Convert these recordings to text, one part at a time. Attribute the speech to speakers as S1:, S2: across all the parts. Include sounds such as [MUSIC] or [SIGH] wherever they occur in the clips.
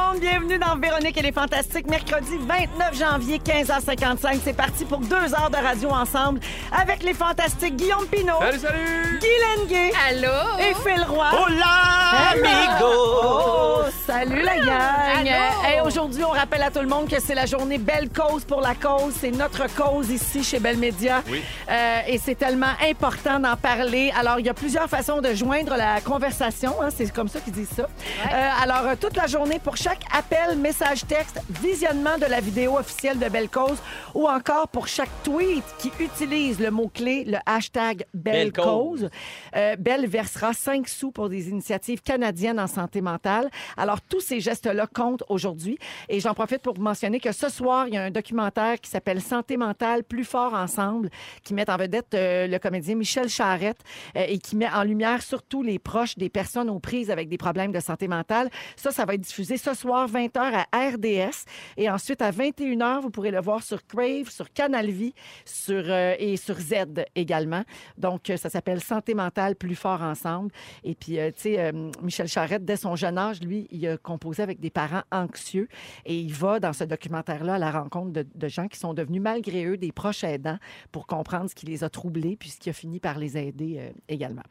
S1: Ah,
S2: Bienvenue dans Véronique et les Fantastiques. Mercredi 29 janvier, 15h55. C'est parti pour deux heures de radio ensemble avec les Fantastiques Guillaume Pinot,
S3: Salut, salut!
S2: Guy Lenguet
S1: Allô?
S2: et Phil Roy.
S4: Hola,
S2: Oh,
S4: amigos!
S2: salut la gang!
S1: Allô?
S2: Euh, hey, Aujourd'hui, on rappelle à tout le monde que c'est la journée Belle Cause pour la cause. C'est notre cause ici chez Belle Média.
S3: Oui.
S2: Euh, et c'est tellement important d'en parler. Alors, il y a plusieurs façons de joindre la conversation. hein. c'est comme ça qu'ils disent ça. Euh, alors, euh, toute la journée, pour chaque appel, message texte, visionnement de la vidéo officielle de Belle Cause ou encore pour chaque tweet qui utilise le mot-clé, le hashtag Belle,
S4: Belle Cause.
S2: cause. Euh, Bell versera 5 sous pour des initiatives canadiennes en santé mentale. Alors, tous ces gestes-là comptent aujourd'hui. Et j'en profite pour vous mentionner que ce soir, il y a un documentaire qui s'appelle Santé mentale, plus fort ensemble, qui met en vedette euh, le comédien Michel Charette euh, et qui met en lumière surtout les proches des personnes aux prises avec des problèmes de santé mentale. Ça, ça va être diffusé ce soir, 20h à RDS. Et ensuite, à 21h, vous pourrez le voir sur Crave, sur Canal Vie sur, euh, et sur Z également. Donc, euh, ça s'appelle Santé mentale, plus fort ensemble. Et puis, euh, tu sais, euh, Michel Charette, dès son jeune âge, lui, il a composé avec des parents anxieux. Et il va, dans ce documentaire-là, à la rencontre de, de gens qui sont devenus, malgré eux, des proches aidants pour comprendre ce qui les a troublés, puis ce qui a fini par les aider euh, également.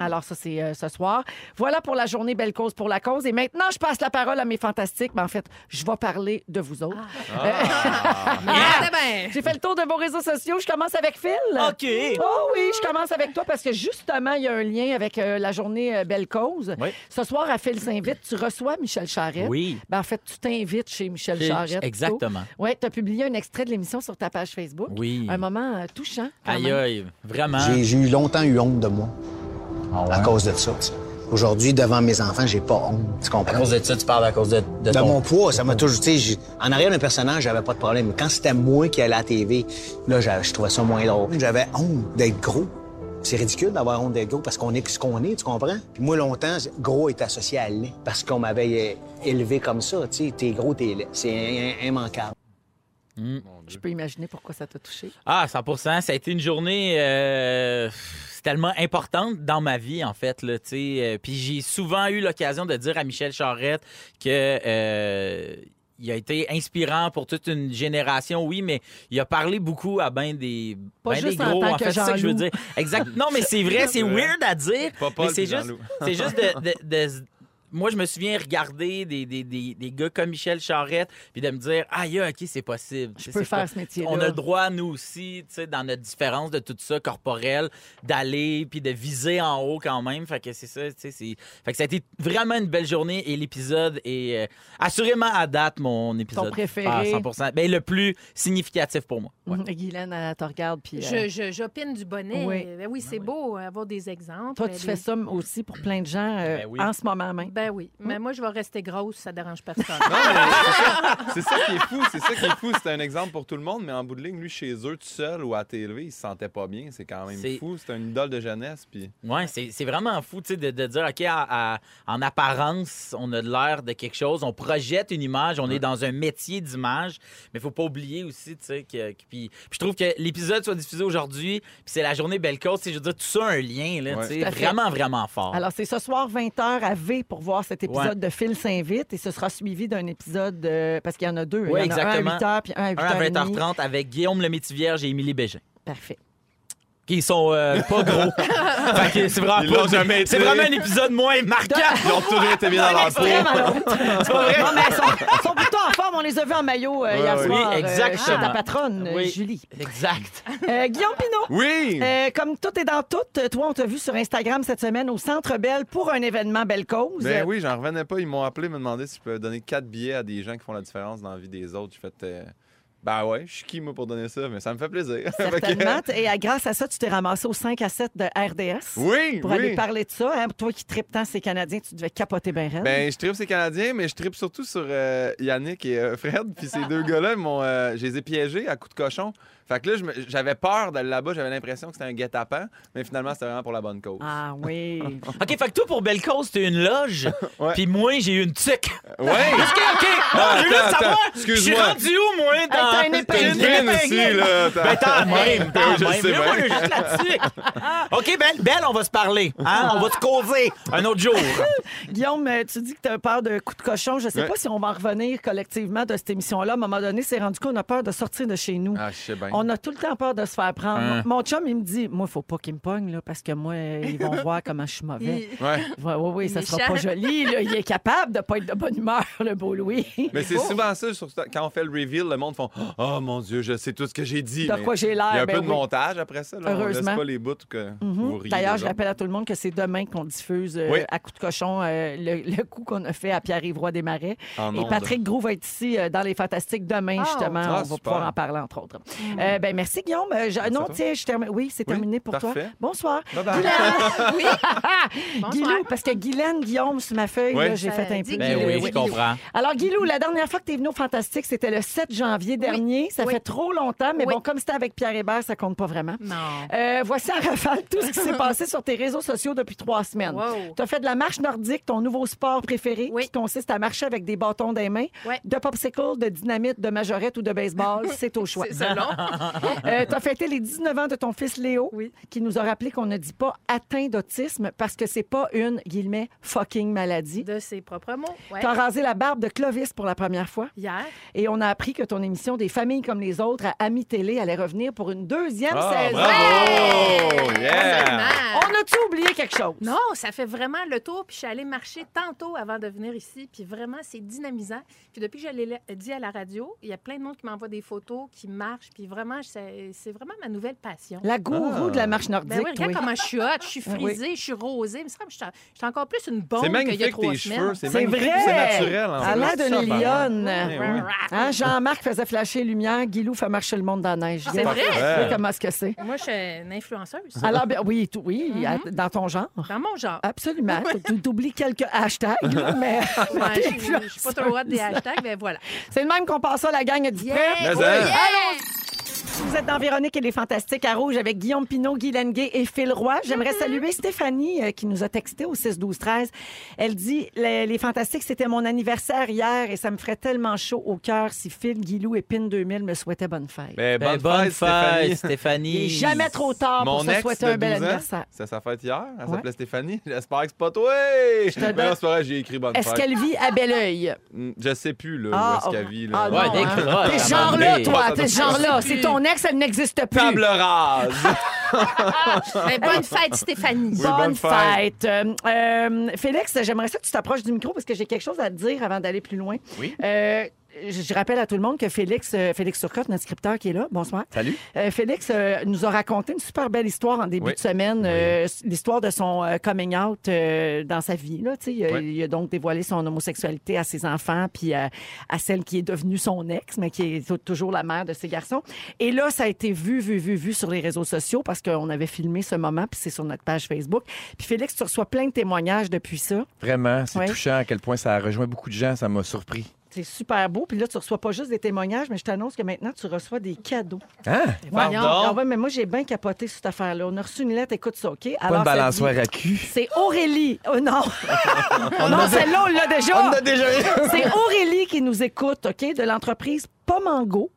S2: Alors, ça, c'est euh, ce soir. Voilà pour la journée Belle Cause pour la cause. Et maintenant, je passe la parole à mes fantastiques. Mais en fait, je vais parler de vous autres. Euh, [LAUGHS]
S3: Ah.
S1: Regardez bien.
S2: J'ai fait le tour de vos réseaux sociaux. Je commence avec Phil.
S4: OK.
S2: Oh oui, je commence avec toi parce que justement, il y a un lien avec euh, la journée euh, Belle Cause.
S4: Oui.
S2: Ce soir, à Phil s'invite, tu reçois Michel Charette.
S4: Oui.
S2: Ben, en fait, tu t'invites chez Michel
S4: Chez-
S2: Charette.
S4: exactement.
S2: Oui, tu as publié un extrait de l'émission sur ta page Facebook.
S4: Oui.
S2: Un moment euh, touchant. quand
S4: Aïe,
S2: même.
S4: aïe, vraiment.
S5: J'ai j'ai eu longtemps eu honte de moi à cause de ça. Aujourd'hui, devant mes enfants, j'ai pas honte, tu comprends?
S6: À cause de ça, tu parles à cause de, de
S5: de
S6: ton...
S5: mon poids, ça m'a toujours. tu sais, j'ai- en arrière d'un personnage, j'avais pas de problème. Quand c'était moi qui allais à la TV, là, j'a- je trouvais ça moins drôle. J'avais honte d'être gros. C'est ridicule d'avoir honte d'être gros parce qu'on est ce qu'on est, tu comprends? Puis moi, longtemps, c'est- gros est associé à laid parce qu'on m'avait euh, élevé comme ça. Tu sais, t'es gros, t'es laid. C'est im- immanquable.
S2: Je peux imaginer pourquoi ça t'a touché.
S4: Ah, 100 Ça a été une journée euh, c'est tellement importante dans ma vie, en fait. Là, tu sais. Euh, Puis j'ai souvent eu l'occasion de dire à Michel Charrette que. euh, il a été inspirant pour toute une génération, oui, mais il a parlé beaucoup à ben des,
S2: Pas
S4: ben des
S2: juste en
S4: gros.
S2: tant
S4: en
S2: que
S4: fait, c'est ça que je veux
S2: Jean-Loup.
S4: dire. Exact. Non, mais c'est vrai, c'est weird à dire.
S3: Pas Paul
S4: mais c'est
S3: puis
S4: juste,
S3: Jean-Loup.
S4: c'est juste de,
S3: [LAUGHS]
S4: de- de- Moi, je me souviens regarder des, des, des, des gars comme Michel Charrette, puis de me dire, ah, yeah, OK, c'est possible.
S2: Je
S4: C'est
S2: peux
S4: pas-
S2: faire ce métier-là.
S4: on a le droit, nous aussi, tu sais, dans notre différence de tout ça corporelle, d'aller puis de viser en haut quand même. Fait que c'est ça, tu sais, c'est... Fait que ça a été vraiment une belle journée et l'épisode est euh, assurément à date mon épisode.
S2: préféré.
S4: Ah, 100%. Ben, le plus significatif pour moi. Ouais.
S2: Mhm. [LAUGHS] Guylaine, elle te regarde. Puis, euh,
S1: Je- je- J'opine du bonnet.
S2: Oui.
S1: Ben oui, c'est beau euh, avoir des exemples.
S2: Toi, tu
S1: Ben,
S2: fais
S1: des-
S2: ça Hmm? aussi pour plein de gens euh,
S4: Ben oui.
S2: en ce moment même.
S1: Ben oui. Mais moi, je vais rester grosse, ça dérange
S2: [LAUGHS]
S1: personne.
S2: Ben
S4: [LAUGHS]
S3: Non, mais c'est ça- c'est ça qui est fou, c'est ça qui est fou. C'est un exemple pour tout le monde, mais en bout de ligne, lui, chez eux, tout seul ou à TV, il se sentait pas bien. C'est quand même
S4: C'est-
S3: fou. C'est un idole de jeunesse. Puis...
S4: Ouais, c'est c'est vraiment fou tu sais, de, de dire, OK, à- à- en apparence, on a de l'air de quelque chose, on projette une image, on est dans un métier d'image, mais faut pas oublier aussi, tu sais, que. que- puis, puis je trouve que l'épisode soit diffusé aujourd'hui, puis c'est la journée Belle Cause, tu sais, je veux dire, tout ça a un lien, là,
S3: Ouais.
S4: tu sais,
S2: Tout à fait.
S4: vraiment, vraiment fort.
S2: Alors, c'est ce soir 20h à V pour voir cet épisode
S4: Ouais.
S2: de Phil s'invite et ce sera suivi d'un épisode de- parce qu'il y en a deux.
S4: Oui,
S2: Il y en a
S4: exactement.
S2: un à 8h puis un à 8h30.
S4: Un à 20h30 avec Guillaume Lemaitre-Vierge et Émilie Bégin.
S2: Parfait.
S4: Qui
S2: [LAUGHS]
S4: sont euh, pas gros. Fait que c'est
S3: Ils
S4: vraiment,
S3: l'ont
S4: pas-
S3: jamais
S4: c'est
S3: été.
S4: vraiment un épisode moins marquant.
S3: Ils ont toujours été bien dans leur peau.
S2: Extrême, alors. Non, mais ils sont, ils sont plutôt en forme. On les a vus en maillot euh,
S3: Ouais,
S2: hier
S3: ouais.
S2: soir.
S4: Oui,
S2: euh,
S4: exactement.
S2: chez ta patronne, euh,
S4: Oui.
S2: Julie.
S4: Exact.
S2: Euh, Guillaume Pinot.
S3: Oui!
S2: euh, comme tout est dans tout, euh, toi, on t'a vu sur Instagram cette semaine au Centre Belle pour un événement Belle Cause.
S3: Ben oui, j'en revenais pas. Ils m'ont appelé, me demander si je peux donner quatre billets à des gens qui font la différence dans la vie des autres. J'ai fait, euh, ben ouais, je suis qui, moi, pour donner ça, mais ça me fait plaisir. [LAUGHS] Fait que-
S2: Certainement. Et à- grâce à ça, tu t'es ramassé au 5 à 7 de RDS.
S3: Oui,
S2: Pour
S3: oui.
S2: aller parler de ça, hein. toi qui tripes tant ces Canadiens, tu devais capoter ben raide.
S3: Ben, je tripe ces Canadiens, mais je tripe surtout sur euh, Yannick et euh, Fred. Puis ces
S2: [LAUGHS]
S3: deux gars-là, ils m'ont, euh, je les ai piégés à coups de cochon. Fait que là, je me- j'avais peur d'aller là-bas. J'avais l'impression que c'était un guet-apens. Mais finalement, c'était vraiment pour la bonne cause.
S2: Ah
S3: [LAUGHS]
S2: oui.
S4: OK, fait que toi, pour Belle Cause, t'es une loge,
S3: Ouais.
S4: puis moi, j'ai eu une tuque.
S3: Ouais!
S4: [LAUGHS] OK, OK. Non,
S3: Ah,
S4: je veux juste
S3: attends,
S4: savoir.
S3: attends.
S4: Je suis
S3: Excuse-moi.
S4: rendu où, moi, dans
S2: t'as un
S3: T'as une
S2: épingle.
S3: graine aussi, là.
S4: Ben, tant
S3: [LAUGHS] Oui,
S4: même, tant
S3: je
S4: même.
S3: sais
S4: Là, moi,
S3: bien.
S4: il y a juste là-dessus.
S3: [LAUGHS]
S4: Ah. OK, Belle, Belle, on va se parler. hein? On va te causer un autre
S3: [LAUGHS]
S4: jour.
S3: Eh,
S2: Guillaume, euh, tu dis que tu as peur de coups de cochon. Je sais
S3: Ouais.
S2: pas si on va en revenir collectivement de cette émission-là. À un moment donné, c'est rendu qu'on a peur de sortir de chez nous.
S3: Ah, je sais bien.
S2: On a tout le temps peur de se faire prendre.
S4: Hein.
S2: Mon mon chum, il me dit Moi, faut pas qu'il me pogne, là, parce que moi, ils vont voir comment je suis [LAUGHS] mauvais.
S3: Ouais.
S2: Oui, oui, oui, ça sera
S1: Méchant.
S2: pas joli. là. Il est capable de pas être de bonne humeur, le beau Louis.
S3: Mais c'est souvent ça, surtout quand on fait le reveal, le monde font Oh mon Dieu, je sais tout ce que j'ai dit.
S2: De
S3: Mais
S2: quoi j'ai
S3: Il y a
S2: l'air,
S3: un
S2: ben
S3: peu de
S2: oui.
S3: montage après ça. Là. On
S2: Heureusement.
S3: laisse pas les bouts que
S2: Mhm.
S3: vous riez.
S2: D'ailleurs,
S3: des
S2: je
S3: gens.
S2: rappelle à tout le monde que c'est demain qu'on diffuse euh,
S3: Oui.
S2: à coup de cochon euh, le, le coup qu'on a fait à Pierre-Yves Roy des Marais.
S3: En
S2: Et
S3: ondes.
S2: Patrick Gros va être ici euh, dans Les Fantastiques demain,
S1: Ah.
S2: justement.
S3: Oh Ah,
S2: On va
S3: super.
S2: pouvoir en parler, entre autres. Euh, ben, merci, Guillaume. Euh, je- non,
S3: toi.
S2: tiens, je termine. Oui, c'est
S3: Oui,
S2: terminé pour toi.
S3: parfait.
S2: Bonsoir.
S3: Bye-bye.
S2: [LAUGHS]
S1: oui. Bonsoir.
S2: Guilou, parce que Guylaine, Guillaume, sur ma feuille,
S3: Oui.
S2: là, j'ai
S1: Ça
S2: fait un
S1: dit
S2: peu.
S4: Ben
S2: de-
S1: Guilou,
S4: oui, je comprends.
S2: Alors, Guilou, la dernière fois que tu es venu au Fantastique, c'était le 7 janvier dernier. Ça
S1: Oui.
S2: fait trop longtemps, mais
S1: Oui.
S2: bon, comme c'était avec Pierre Hébert, ça compte pas vraiment.
S1: Non.
S2: Euh, voici en rafale tout ce qui
S1: [LAUGHS]
S2: s'est passé sur tes réseaux sociaux depuis trois semaines.
S1: Wow.
S2: Tu as fait de la marche nordique, ton nouveau sport préféré,
S1: Oui.
S2: qui consiste à marcher avec des bâtons des mains,
S1: Ouais.
S2: de popsicle, de dynamite, de majorette ou de
S1: [LAUGHS]
S2: baseball. C'est au choix.
S1: C'est selon.
S2: Euh, T'as fêté les 19 ans de ton fils Léo,
S1: Oui.
S2: qui nous a rappelé qu'on ne dit pas atteint d'autisme parce que c'est pas une, guillemets, fucking maladie.
S1: [LAUGHS] De ses propres mots. Ouais.
S2: T'as rasé la barbe de Clovis pour la première fois
S1: Hier.
S2: et on a appris que ton émission Des familles comme les autres à Ami Télé allait revenir pour une deuxième
S3: Ah,
S2: saison.
S3: bravo! Yeah!
S1: Absolument.
S2: On a-tu oublié quelque chose?
S1: Non, ça fait vraiment le tour. Puis je suis allée marcher tantôt avant de venir ici. Puis vraiment, c'est dynamisant. Puis depuis que je l'ai la- dit à la radio, il y a plein de monde qui m'envoie des photos, qui marchent. Puis vraiment, c'est c'est vraiment ma nouvelle passion.
S2: La
S3: Ah.
S2: gourou de la marche nordique.
S1: Ben oui, regarde
S2: oui.
S1: comment je suis hot, je suis
S2: Oui.
S1: frisée, je suis rosée. Il me semble que je suis en- je suis encore plus une bombe
S3: C'est
S1: qu'il y a
S3: magnifique
S1: trois
S3: tes cheveux.
S1: semaines.
S3: C'est
S2: C'est
S3: magnifique,
S2: vrai.
S3: C'est naturel. en
S2: À
S3: fait.
S2: l'air
S3: C'est ça, Eh
S2: d'une
S3: par exemple.
S2: lionne.
S3: Ouais, ouais.
S2: Hein, Jean-Marc faisait flasher les lumières, Guilou fait marcher le monde dans la neige.
S1: Ah, C'est vrai?
S2: Tu sais comment est-ce que c'est?
S1: Moi, je suis une influenceuse.
S2: [LAUGHS]
S3: Ah.
S2: Alors, ben, oui, tout- oui
S1: Mm-hmm.
S2: à- dans ton genre.
S1: Dans mon genre.
S2: Absolument. Tu T'oublies quelques hashtags,
S1: [LAUGHS]
S2: là, mais.
S1: Ouais,
S2: mais [LAUGHS] t'es
S1: je suis- je suis pas trop hot des hashtags, mais voilà.
S2: C'est le même qu'on passe ça, la gang est du prêt.
S3: Mais
S2: Oui.
S3: hein.
S2: Vous êtes dans Véronique et les Fantastiques à Rouge avec Guillaume Pinot, Guy Lenguet et Phil Roy. J'aimerais
S1: Mm-hmm.
S2: saluer Stéphanie euh, qui nous a texté au 6-12-13. Elle dit Les, les Fantastiques, c'était mon anniversaire hier et ça me ferait tellement chaud au cœur si Phil, Guilou et Pin 2000 me souhaitaient bonne fête.
S3: Ben,
S4: Ben,
S3: bonne,
S4: bonne
S3: fête, Stéphanie.
S4: fête, Stéphanie.
S2: Il est jamais trop tard Ah,
S3: Mon
S2: pour se
S3: ex
S2: souhaiter
S3: de
S2: un bel
S3: 12 ans,
S2: anniversaire.
S3: C'est sa fête hier. Elle
S2: Ouais.
S3: s'appelait Stéphanie. J'espère que c'est pas toi. Ben,
S2: te
S3: Mais
S2: donne-
S3: non, c'est pas vrai, j'ai écrit bonne
S2: Est-ce
S3: fête.
S2: qu'elle vit à bel oeil?
S3: Mm, Je sais plus là,
S2: Ah,
S3: où est-ce
S2: oh.
S3: qu'elle vit.
S2: Ah,
S3: Là.
S2: non,
S4: Ouais, des
S2: hein.
S4: crottes,
S2: T'es
S4: à
S2: ce
S4: un moment
S2: genre-là,
S4: donné.
S2: toi.
S3: Ça,
S2: T'es
S3: ça,
S2: ce
S3: ça,
S2: genre-là.
S1: ça,
S2: C'est
S1: ça,
S2: ton ex, elle n'existe plus.
S3: Table rase.
S2: Ah,
S1: Mais Ben, bonne fête, Stéphanie.
S3: Oui,
S2: Bonne
S3: bonne
S2: fête.
S3: fête.
S2: Euh, euh, Félix, j'aimerais ça que tu t'approches du micro parce que j'ai quelque chose à te dire avant d'aller plus loin.
S4: Oui.
S2: Euh, je je rappelle à tout le monde que Félix, euh, Félix Turcotte, notre scripteur qui est là, bonsoir.
S4: Salut.
S2: Euh, Félix euh, nous a raconté une super belle histoire en début
S3: Oui.
S2: de semaine, euh, l'histoire de son euh, coming out euh, dans sa vie. Là, tu sais, il, a-
S3: Oui.
S2: il a donc dévoilé son homosexualité à ses enfants, puis à, à celle qui est devenue son ex, mais qui est t- toujours la mère de ses garçons. Et là, ça a été vu, vu, vu, vu sur les réseaux sociaux parce qu'on avait filmé ce moment, puis c'est sur notre page Facebook. Puis Félix, tu reçois plein de témoignages depuis ça.
S6: Vraiment, c'est
S2: Ouais.
S6: touchant à quel point ça a rejoint beaucoup de gens, ça m'a surpris.
S2: C'est super beau. Puis là, tu reçois pas juste des témoignages, mais je t'annonce que maintenant, tu reçois des cadeaux.
S6: Hein?
S2: Voyons.
S4: Pardon?
S2: Ah ouais, mais moi, j'ai bien capoté sur cette affaire-là. On a reçu une lettre, écoute ça, OK?
S6: Pas
S2: Alors,
S6: une
S2: ça dit-
S6: balançoire à cul.
S2: C'est Aurélie. Oh
S6: [LAUGHS]
S2: non! non, celle-là, on l'a déjà!
S6: déjà
S2: [LAUGHS] C'est Aurélie qui nous écoute, OK, de l'entreprise Pomango.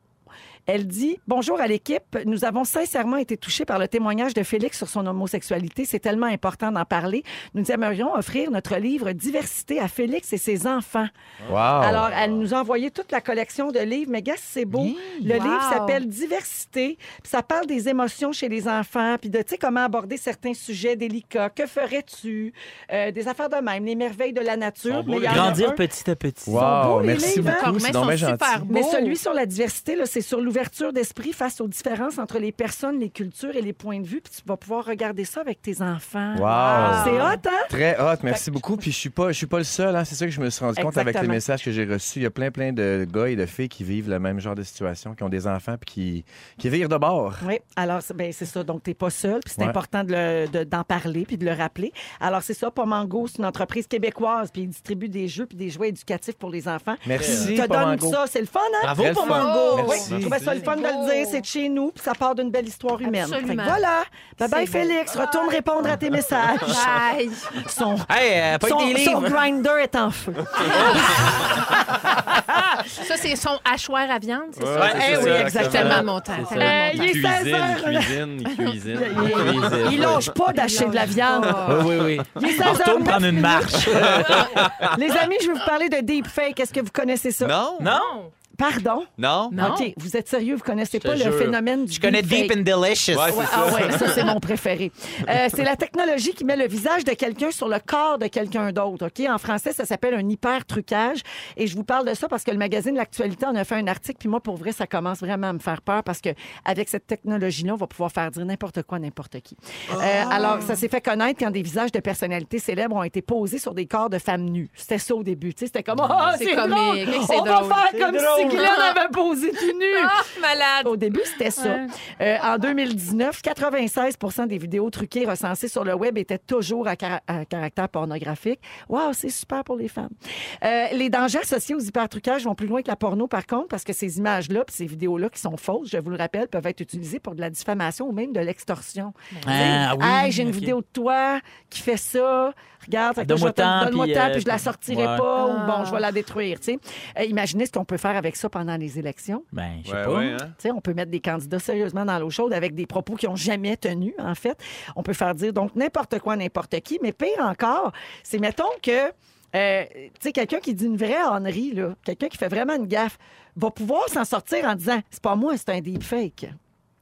S2: Elle dit Bonjour à l'équipe. Nous avons sincèrement été touchés par le témoignage de Félix sur son homosexualité. C'est tellement important d'en parler. Nous aimerions offrir notre livre Diversité à Félix et ses enfants.
S6: Wow.
S2: Alors, elle nous a envoyé toute la collection de livres. Mais gars, c'est beau. Le
S1: Wow.
S2: livre s'appelle Diversité. Puis ça parle des émotions chez les enfants, puis de, tu sais, comment aborder certains sujets délicats. Que ferais-tu? Euh, des affaires de même, les merveilles de la nature.
S3: Sont beaux,
S2: Mais il y
S3: les
S2: en a un-
S4: Grandir petit à petit.
S2: beaux,
S6: wow,
S2: les
S6: merci
S2: livres, hein?
S6: beaucoup,
S1: Cormet
S6: c'est donc
S1: sont
S6: bien
S1: super
S6: gentil.
S1: beaux.
S2: Mais celui sur la diversité, là, c'est sur l'ouverture d'esprit face aux différences entre les personnes, les cultures et les points de vue. Puis tu vas pouvoir regarder ça avec tes enfants.
S6: Wow.
S2: C'est hot, hein?
S6: Très hot, merci beaucoup. Puis je suis pas, je suis pas le seul, hein. c'est ça que je me suis rendu compte avec les
S2: Exactement.
S6: messages que j'ai reçus. Il y a plein, plein de gars et de filles qui vivent le même genre de situation, qui ont des enfants puis qui, qui virent de bord.
S2: Oui, alors c'est- ben, c'est ça. Donc, tu n'es pas seul, puis c'est
S6: Ouais.
S2: important de le- de- d'en parler puis de le rappeler. Alors, c'est ça, Pomango, c'est une entreprise québécoise, puis ils distribuent des jeux puis des jouets éducatifs pour les enfants.
S6: Merci,
S2: Ils te donnent
S6: Pomango.
S2: ça, c'est le fun, hein?
S4: Bravo,
S6: Très le fun.
S4: Pomango. Oh,
S2: Oui,
S6: Merci.
S2: je trouvais ça le fun de le dire, c'est de chez nous, puis ça part d'une belle histoire humaine. Fait que
S1: Absolument.
S2: voilà. Bye bye,
S1: C'est beau.
S2: Félix. Retourne répondre à tes messages.
S1: Bye.
S2: Ah. [LAUGHS] Son,
S4: Hey, euh, pas
S2: son,
S4: des
S2: son
S4: livres.
S2: grinder est en feu.
S1: Ça, c'est son hachoir à viande, c'est
S3: Ouais,
S1: ça?
S3: c'est
S1: Eh
S3: ça,
S1: oui,
S3: exactement.
S1: exactement mon temps.
S2: ça.
S1: tellement
S2: Eh,
S1: mon temps.
S2: il est
S3: Cuisine,
S2: 16 heures. [LAUGHS]
S3: cuisine, cuisine,
S4: cuisine.
S2: Il longe pas d'acheter
S1: Oh.
S2: de la viande.
S4: Oui, Ah, oui,
S2: [LAUGHS]
S4: oui.
S2: Il est 16
S4: On
S2: heures,
S4: retourne prendre
S2: neuf
S4: une marche.
S2: minutes. Les amis, je vais vous parler de deepfake. Est-ce que vous connaissez ça?
S3: Non,
S4: Non?
S1: Non.
S2: Pardon?
S3: non.
S1: Non.
S2: OK, vous êtes sérieux, vous connaissez
S4: te
S2: pas le
S4: jure.
S2: phénomène du
S4: Je connais
S2: deepfake?
S4: Deep and Delicious.
S3: Ouais,
S2: Ouais,
S3: c'est
S2: ah
S3: ça.
S2: ouais, ça [LAUGHS] c'est mon préféré. Euh, c'est la technologie qui met le visage de quelqu'un sur le corps de quelqu'un d'autre. Ok, en français ça s'appelle un hyper trucage. Et je vous parle de ça parce que le magazine L'actualité en a fait un article. Puis moi pour vrai ça commence vraiment à me faire peur parce que avec cette technologie là on va pouvoir faire dire n'importe quoi à n'importe qui. Euh, alors ça s'est fait connaître quand des visages de personnalités célèbres ont été posés sur des corps de femmes nues. C'était ça au début. Tu sais, c'était comme Ah,
S1: C'est
S2: c'est drôle. Ah!
S1: comique, c'est
S2: On va
S1: drôle.
S2: faire
S1: C'est
S2: comme si
S1: drôle.
S2: Guylaine avait posé tout nu.
S1: Ah, malade.
S2: Au début, c'était ça.
S1: Ouais.
S2: Euh, en 2019, 96 des vidéos truquées recensées sur le web étaient toujours à, cara- à caractère pornographique. Wow, c'est super pour les femmes. Euh, les dangers associés aux hypertrucages vont plus loin que la porno, par contre, parce que ces images-là, puis ces vidéos-là qui sont fausses, je vous le rappelle, peuvent être utilisées pour de la diffamation ou même de l'extorsion.
S4: Ah, oui,
S2: Hey, j'ai une
S4: ok.
S2: vidéo de toi qui fait ça. Regarde, fait que je
S4: Donne-moi
S2: vais te-
S4: tant,
S2: donne-moi
S4: puis,
S2: tant,
S4: euh,
S2: puis je la
S4: puis-
S2: sortirai
S4: Ouais.
S2: pas, ou bon, je vais la détruire. tu sais. Euh, imaginez ce qu'on peut faire avec ça pendant les élections.
S4: Ben, je sais
S3: Ouais,
S4: pas.
S3: ouais, hein.
S2: Tu sais, on peut mettre des candidats sérieusement dans l'eau chaude avec des propos qu'ils n'ont jamais tenus, en fait. On peut faire dire donc n'importe quoi à n'importe qui. Mais pire encore, c'est mettons que. euh, tu sais, quelqu'un qui dit une vraie honnerie, là, quelqu'un qui fait vraiment une gaffe, va pouvoir s'en sortir en disant C'est pas moi, c'est un deepfake.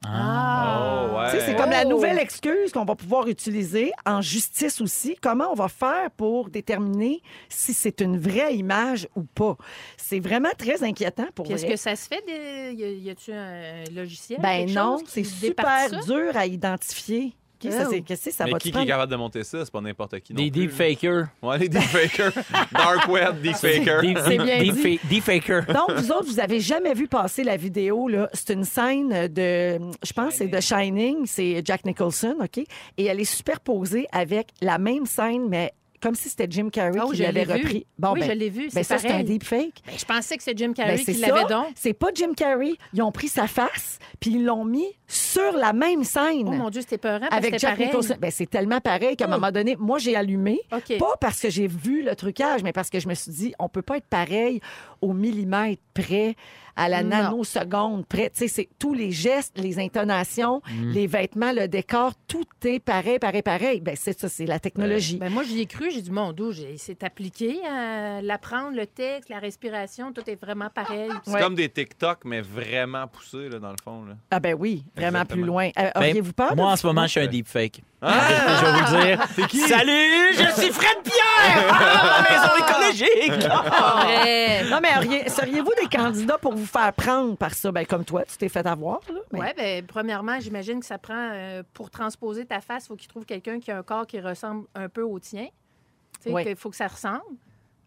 S1: Ah.
S2: Ah,
S3: Oh, ouais.
S2: Tu sais, c'est comme la nouvelle excuse qu'on va pouvoir utiliser en justice aussi. Comment on va faire pour déterminer si c'est une vraie image ou pas? C'est vraiment très inquiétant pour
S1: Puis est-ce
S2: vrai.
S1: que ça se fait? Des... Y a- Y a-tu un logiciel?
S2: Ben
S1: Hein, quelque
S2: non,
S1: chose
S2: c'est
S1: qui départit
S2: super dur à identifier. OK, ça,
S1: Oh.
S2: c'est- Qu'est-ce que ça
S3: Mais
S2: va
S3: qui,
S2: te
S3: qui est
S2: prendre?
S3: capable de monter ça? C'est pas n'importe qui. non
S4: Des
S3: plus.
S4: deepfakers.
S3: Ouais, les [LAUGHS] deepfakers. Dark Web, deepfakers.
S4: Deep-
S2: C'est bien
S4: deep-
S2: dit.
S4: deepfa- Deepfaker.
S2: Donc, vous autres, vous avez jamais vu passer la vidéo, là. C'est une scène de, je pense, c'est de Shining, c'est Jack Nicholson, OK? Et elle est superposée avec la même scène, mais comme si c'était Jim Carrey
S1: Ah oui,
S2: qui
S1: je
S2: l'avait
S1: l'ai vu.
S2: repris.
S1: Oui,
S2: ben,
S1: je l'ai vu,
S2: ben
S1: c'est
S2: ça, c'est un
S1: pareil.
S2: deepfake.
S1: Ben, je pensais que c'est Jim
S2: Ben,
S1: Carrey
S2: c'est
S1: qui
S2: ça.
S1: l'avait donc.
S2: C'est pas Jim Carrey. Ils ont pris sa face, puis ils l'ont mis sur la même scène.
S1: Oh mon Dieu, c'était peurant. parce que
S2: avec
S1: c'était
S2: Jack
S1: pareil.
S2: Nicholson. Ben, c'est tellement pareil qu'à un
S1: Mm.
S2: moment donné, moi, j'ai allumé.
S1: OK.
S2: Pas parce que j'ai vu le trucage, mais parce que je me suis dit, on peut pas être pareil au millimètre près, à la
S1: Non.
S2: nanoseconde près. Tu sais, c'est tous les gestes, les intonations, les vêtements, le décor, tout est pareil, pareil, pareil. Ben, c'est ça, c'est la technologie.
S1: Ben, moi, j'y ai cru. J'ai dit, mon Dieu, j'ai- c'est appliqué. euh, L'apprendre, le texte, la respiration, tout est vraiment pareil.
S3: C'est
S2: Ouais.
S3: comme des TikTok, mais vraiment poussés, là, dans le fond. Là.
S2: Ah ben oui, vraiment
S3: Exactement.
S2: plus loin. Euh,
S4: Ben,
S2: Auriez-vous peur? de-
S4: Moi, en ce moment, je suis un deepfake. Je vais vous le dire. Salut, je suis Fred Pierre! Ah, ma maison écologique!
S1: Pas vrai.
S2: Non, mais auriez- seriez-vous des candidats pour vous faire prendre par ça? Ben, comme toi, tu t'es fait avoir, là. mais-
S1: Oui, ben, premièrement, j'imagine que ça prend, euh, pour transposer ta face, il faut qu'il trouve quelqu'un qui a un corps qui ressemble un peu au tien. Il
S2: Ouais.
S1: faut que ça ressemble.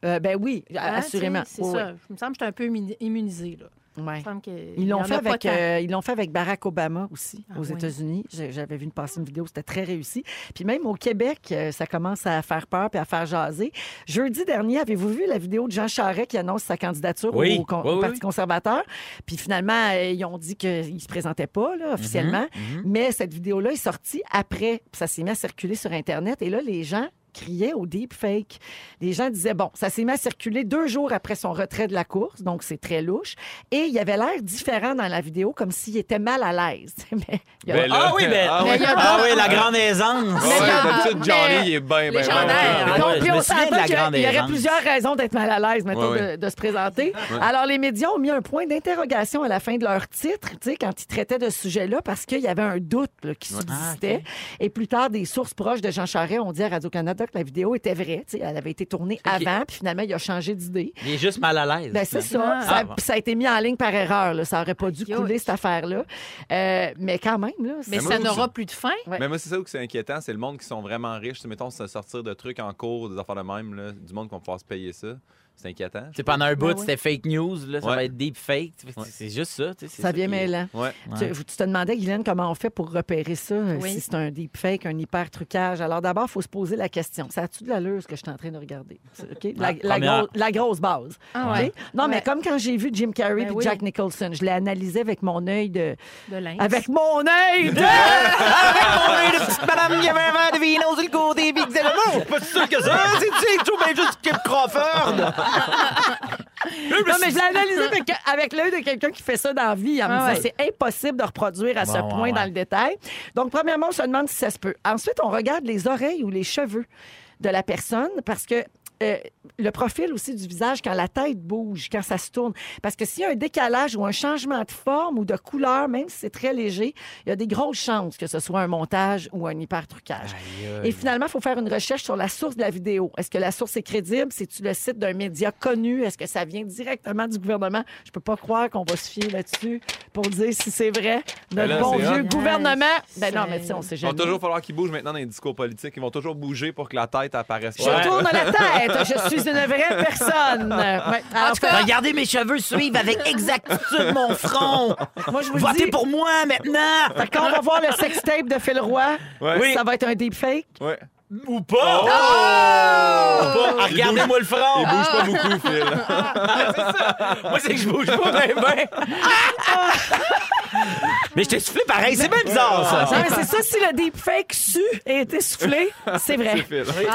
S2: Euh, ben oui,
S1: hein,
S2: assurément.
S1: tu sais, C'est
S2: Oui,
S1: ça. Je me semble que je suis un peu immunisé immunisée. Là.
S2: oui.
S1: Il
S2: Ouais.
S1: me semble que-
S2: Ils
S1: il y en
S2: l'ont
S1: a
S2: fait,
S1: pas
S2: avec,
S1: tant.
S2: euh, ils l'ont fait avec Barack Obama aussi,
S1: Ah
S2: aux
S1: oui.
S2: États-Unis. J'ai- J'avais vu une passer une vidéo, c'était très réussi. Puis même au Québec, euh, ça commence à faire peur puis à faire jaser. Jeudi dernier, avez-vous vu la vidéo de Jean Charest qui annonce sa candidature
S4: Oui.
S2: au, con-
S4: Oui,
S2: au
S4: oui,
S2: Parti
S4: oui.
S2: conservateur? Puis finalement, euh, ils ont dit qu'il ne se présentait pas
S4: Mhm,
S2: là, officiellement. Mais cette vidéo-là est sortie après. Puis ça s'est mis à circuler sur Internet. Et là, les gens criaient au deepfake. Les gens disaient, bon, ça s'est mis à circuler deux jours après son retrait de la course, donc c'est très louche. Et il avait l'air différent dans la vidéo, comme s'il était mal à l'aise. [LAUGHS] Mais il y a-
S3: Ben là-
S4: Ah oui, ben.
S3: Ah ouais.
S1: Mais il y a-
S4: Ah oui, la grande aisance.
S3: Ah ouais,
S1: Mais-
S3: d'habitude, Johnny,
S1: mais-
S3: il est bien, bien. hein?
S1: Légendaire.
S2: Donc, puis
S4: ouais, ben, je
S2: on
S4: me souviens de
S2: s'entend
S4: la
S2: qu'il y a-
S4: grande
S2: Il y aurait
S4: errance.
S2: plusieurs raisons d'être mal à l'aise, mettons,
S3: Ouais, ouais.
S2: De, de se présenter. Alors, les médias ont mis un point d'interrogation à la fin de leur titre, tu sais, quand ils traitaient de ce sujet-là, parce qu'il y avait un doute là, qui subsistait.
S4: Ah,
S2: Et plus tard, des sources proches de Jean Charest ont dit à Radio-Canada que la vidéo était vraie. tu sais, elle avait été tournée avant, puis finalement, il a changé d'idée.
S4: Il est juste mal à l'aise.
S2: Ben, c'est ça.
S1: Ah,
S2: Ça,
S4: bon.
S2: ça a été mis en ligne par erreur. là. Ça aurait pas dû
S1: Aïe,
S2: couler,
S1: aïe.
S2: cette affaire-là. Euh, mais quand même, là. c'est-
S1: Mais
S3: Ben, moi,
S1: ça
S3: je-
S1: n'aura plus de fin.
S2: Ouais.
S3: Mais moi, c'est ça où que c'est inquiétant, c'est le monde qui sont vraiment riches. Tu sais, Mettons, se sortir de trucs en cours, des affaires de même, là, du monde qu'on va pouvoir se payer ça. C'est inquiétant.
S4: Tu sais, pendant un bout,
S2: Ben oui.
S4: c'était fake news, là, ça
S3: Ouais.
S4: va être deep fake.
S3: Ouais.
S4: C'est juste ça. tu sais, c'est
S2: Ça
S4: qui
S2: vient
S4: est-
S2: mêlant.
S3: Ouais.
S4: Ouais.
S2: Tu, tu te demandais, Guylaine, comment on fait pour repérer ça, euh,
S1: Oui.
S2: si c'est un deepfake, un hyper-trucage. Alors d'abord, il faut se poser la question. Ça a-tu de l'allure, ce que je suis en train de regarder? C'est- OK? La,
S4: Ah,
S2: la
S4: première.
S2: gro- la grosse base.
S1: Ah
S2: OK? Non, mais
S1: Ouais.
S2: comme quand j'ai vu Jim Carrey et
S1: Ben oui.
S2: Jack Nicholson, je l'ai analysé avec mon œil de...
S1: De lynx.
S2: Avec mon œil de...
S5: Madame, il y avait un verre de vino sur le côté, puis il disait Non, pas sûr que ça. C'est-tu Joe Benjus Kip Crawford?
S2: Non, mais je l'ai analysé avec, avec l'œil de quelqu'un qui fait ça dans la vie. En me
S1: Ah
S2: disant, c'est impossible de reproduire à ce
S4: Ouais, ouais,
S2: point
S4: ouais.
S2: dans le détail. Donc, premièrement, on se demande si ça se peut. Ensuite, on regarde les oreilles ou les cheveux de la personne parce que. euh, le profil aussi du visage quand la tête bouge, quand ça se tourne. Parce que s'il y a un décalage ou un changement de forme ou de couleur, même si c'est très léger, il y a des grosses chances que ce soit un montage ou un hyper-trucage. Et finalement, il faut faire une recherche sur la source de la vidéo. Est-ce que la source est crédible? C'est-tu le site d'un média connu? Est-ce que ça vient directement du gouvernement? Je peux pas croire qu'on va se fier là-dessus pour dire si c'est vrai.
S3: Ben
S2: Notre
S3: là,
S2: bon
S3: c'est hot.
S2: vieux gouvernement. Ben
S1: Yes.
S2: non, mais tu sais, on sait
S3: Il va
S2: jamais.
S3: toujours falloir qu'ils bougent maintenant dans les discours politiques. Ils vont toujours bouger pour que la tête apparaisse.
S2: Je
S3: Ouais.
S2: tourne la tête. Je suis une vraie personne. Ouais. Alors,
S4: En tout cas, regardez mes cheveux suivre avec exactitude mon front.
S2: moi, je vous le
S4: Votez
S2: dis.
S4: pour moi maintenant.
S2: Fait que Quand on va voir le sextape de Phil Roy,
S3: Ouais.
S4: Oui.
S2: ça va être un deepfake.
S3: Ouais.
S4: Ou pas.
S1: Oh!
S4: Ou pas. Ah, Regardez-moi le front.
S3: Il bouge pas beaucoup, Phil.
S4: [LAUGHS] Moi, c'est que je bouge pas ben ben. [LAUGHS] Mais je t'ai soufflé pareil. C'est bien bizarre, ça.
S2: Non, mais c'est ça, si le deepfake su et été soufflé, c'est vrai.
S3: C'est Phil.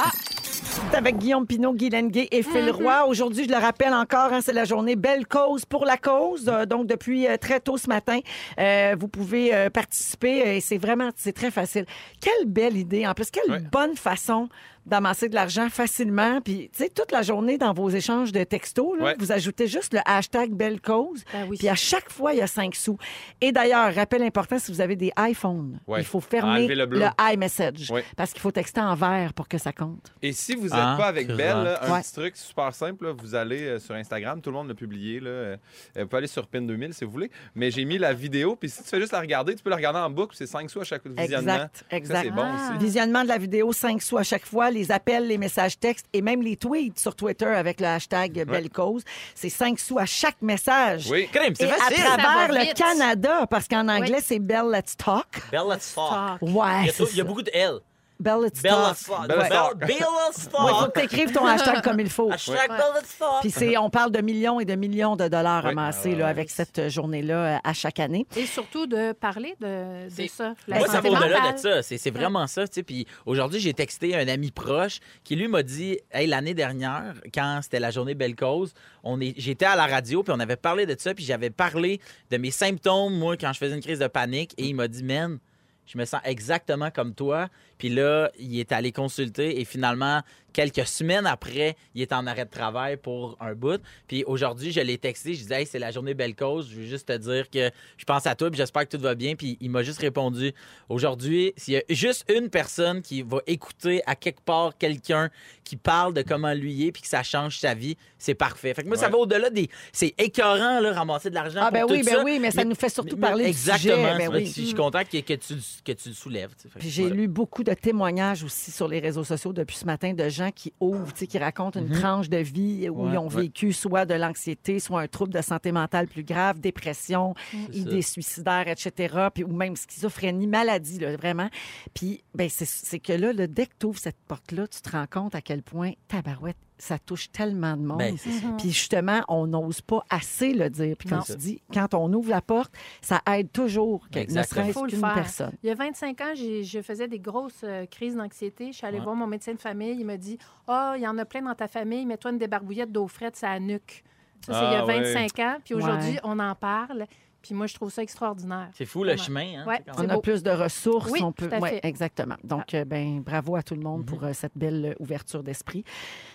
S2: C'est avec Guillaume Pinot, Guy Lenguet et
S1: Mhm.
S2: Phil Roy. Aujourd'hui, je le rappelle encore, hein, c'est la journée Belle Cause pour la cause. Euh, donc, depuis euh, très tôt ce matin, euh, vous pouvez euh, participer euh, et c'est vraiment, c'est très facile. Quelle belle idée. En plus, quelle
S3: Ouais.
S2: bonne façon d'amasser de l'argent facilement. Puis, tu sais, toute la journée dans vos échanges de textos, là,
S3: Ouais.
S2: vous ajoutez juste le hashtag Belle Cause.
S1: Ben oui.
S2: Puis à chaque fois, il y a 5 sous. Et d'ailleurs, rappel important, si vous avez des iPhones,
S3: Ouais.
S2: il faut fermer
S3: Enlever le
S2: le,
S3: bleu.
S2: iMessage
S3: Ouais.
S2: parce qu'il faut texter en vert pour que ça compte.
S3: Et si vous n'êtes
S4: Ah,
S3: pas avec
S4: crac.
S3: Belle, là, un
S2: Ouais.
S3: petit truc super simple, là, vous allez euh, sur Instagram, tout le monde l'a publié. Là, euh, vous pouvez aller sur PIN 2000 si vous voulez, mais j'ai mis la vidéo, puis si tu fais juste la regarder, tu peux la regarder en boucle, c'est 5 sous à chaque visionnement.
S2: Exact,
S3: Ça, c'est
S2: exact.
S3: bon
S1: Ah.
S3: aussi.
S2: Visionnement de la vidéo, 5 sous à chaque fois, les appels, les messages textes et même les tweets sur Twitter avec le hashtag Belle Cause. C'est 5 sous à chaque message.
S3: Oui.
S4: Crème,
S2: Et
S4: c'est
S2: à
S4: facile.
S2: travers
S1: Ça va
S2: le
S1: vite.
S2: Canada, parce qu'en anglais,
S1: Oui.
S2: c'est Bell Let's Talk.
S4: Belle, let's talk.
S1: Ah,
S2: Ouais,
S4: Il y a
S2: c'est
S4: tout- il y a
S2: ça.
S4: beaucoup de L.
S2: Bell Let's
S4: Belle,
S2: Talk.
S4: let's talk.
S3: Belle, let's talk.
S4: Belle, Belle, let's
S2: Ouais, faut
S4: talk.
S2: que t'écrives ton hashtag comme il faut.
S4: Hashtag Belle, let's talk.
S2: Puis c'est, on parle de millions et de millions de dollars
S3: Oui.
S4: Ah
S2: amassés là, avec cette journée-là euh, à chaque année.
S1: Et surtout de parler de, de
S4: C'est-
S1: ça.
S4: Moi, ça va
S1: santé
S4: au-delà
S1: mentale.
S4: de ça. C'est c'est vraiment ça. tu sais. Puis aujourd'hui, j'ai texté un ami proche qui, lui, m'a dit Hey, l'année dernière, quand c'était la journée Belle Cause, on est- j'étais à la radio, puis on avait parlé de ça, puis j'avais parlé de mes symptômes, moi, quand je faisais une crise de panique. Et il m'a dit Man, je me sens exactement comme toi. Puis là, il est allé consulter et finalement, quelques semaines après, il est en arrêt de travail pour un bout. Puis aujourd'hui, je l'ai texté, je disais, hey, c'est la journée belle cause, je veux juste te dire que je pense à toi, puis j'espère que tout va bien. Puis il m'a juste répondu, aujourd'hui, s'il y a juste une personne qui va écouter à quelque part quelqu'un qui parle de comment lui il est, puis que ça change sa vie, c'est parfait. Fait que moi, ça
S3: Ouais.
S4: va au-delà des... C'est écœurant, là, ramasser de l'argent
S2: Ah ben
S4: pour
S2: oui,
S4: tout
S2: ben
S4: ça.
S2: oui, mais ça nous fait surtout parler du
S4: Exactement.
S2: sujet, ben
S4: c'est
S2: oui.
S4: vrai, Je suis content que, que tu, que tu le soulèves. tu sais. Fait que
S2: Puis j'ai
S4: voilà.
S2: lu beaucoup de témoignages aussi sur les réseaux sociaux depuis ce matin de gens qui ouvrent, tu sais, qui racontent une tranche de vie où
S4: Mhm. Ouais,
S2: ils ont
S4: ouais.
S2: vécu soit de l'anxiété, soit un trouble de santé mentale plus grave, dépression,
S4: C'est
S2: idées suicidaires, etc., puis, ou même schizophrénie, maladie, là, vraiment. Puis ben, c'est- c'est que là, là, dès que tu ouvres cette porte-là, tu te rends compte à quel point tabarouette, ça touche tellement de monde.
S4: Ben, c'est ça.
S1: Mhm.
S2: Puis justement, on n'ose pas assez le dire. Puis quand
S4: Non.
S2: tu dis, quand on ouvre la porte, ça aide toujours, que- ne
S4: Exactement.
S2: serait-ce
S1: Faut le
S2: qu'une
S1: faire.
S2: personne.
S1: Il y a 25 ans, j'ai- je faisais des grosses euh, crises d'anxiété. Je suis allée
S4: Ouais.
S1: voir mon médecin de famille. Il me dit Ah, il y en a plein dans ta famille. Mets-toi une débarbouillette d'eau frette, ça à nuque. Ça, c'est il y
S3: Ah,
S1: a
S3: ouais.
S1: 25 ans. Puis
S2: Ouais.
S1: aujourd'hui, on en parle. Puis moi, je trouve ça extraordinaire.
S4: C'est fou le
S1: Vraiment.
S4: chemin. Hein,
S1: Ouais.
S4: c'est quand
S2: On
S4: même-
S2: a
S1: beau.
S2: plus de ressources,
S1: Oui,
S2: on peut.
S1: tout à
S2: Ouais,
S1: fait. Ah.
S2: exactement. Donc, euh, ben, bravo à tout le monde pour euh, cette belle euh, ouverture d'esprit.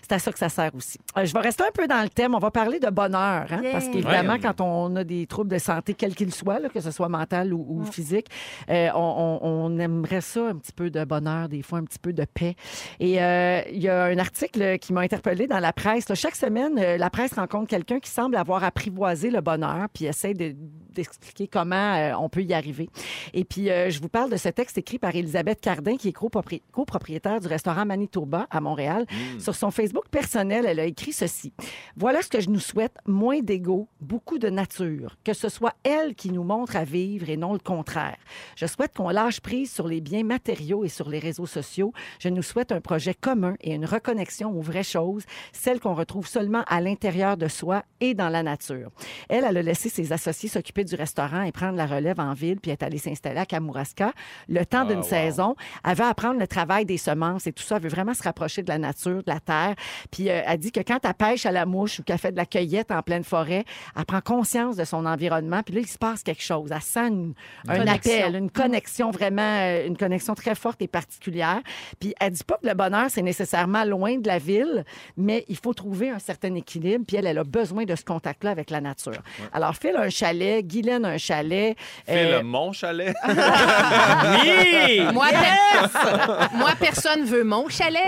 S2: C'est à ça que ça sert aussi. Euh, je vais rester un peu dans le thème. On va parler de bonheur, hein,
S1: Yeah.
S2: parce qu'évidemment,
S3: Ouais.
S2: quand on a des troubles de santé, quels qu'ils soient, là, que ce soit mental ou, ou
S1: Ouais.
S2: physique, euh, on, on- on aimerait ça un petit peu de bonheur, des fois un petit peu de paix. Et euh, il y a un article qui m'a interpellée dans la presse. là. Chaque semaine, euh, la presse rencontre quelqu'un qui semble avoir apprivoisé le bonheur, puis essaie de- d'essayer expliquer comment euh, on peut y arriver. Et puis, euh, je vous parle de ce texte écrit par Elisabeth Cardin, qui est copropri- copropriétaire du restaurant Manitoba à Montréal. Sur son Facebook personnel, elle a écrit ceci. Voilà ce que je nous souhaite, moins d'ego, beaucoup de nature. Que ce soit elle qui nous montre à vivre et non le contraire. Je souhaite qu'on lâche prise sur les biens matériaux et sur les réseaux sociaux. Je nous souhaite un projet commun et une reconnexion aux vraies choses, celles qu'on retrouve seulement à l'intérieur de soi et dans la nature. Elle, elle a laissé ses associés s'occuper du restaurant et prendre la relève en ville, puis est allée s'installer à Kamouraska le temps d'une
S3: wow.
S2: saison. Elle veut apprendre le travail des semences et tout ça. Elle veut vraiment se rapprocher de la nature, de la terre. Puis euh, elle dit que quand elle pêche à la mouche ou qu'elle fait de la cueillette en pleine forêt, elle prend conscience de son environnement. Puis là, il se passe quelque chose. Elle sent une- un
S1: Connexion.
S2: appel, une connexion vraiment, euh, une connexion très forte et particulière. Puis elle dit pas que le bonheur, c'est nécessairement loin de la ville, mais il faut trouver un certain équilibre. Puis elle, elle a besoin de ce contact-là avec la nature. Alors, Phil a un chalet, Guylaine a un chalet.
S3: Fais
S2: euh,
S3: le mon chalet.
S4: Oui!
S1: Moi, per- Moi, personne veut mon chalet.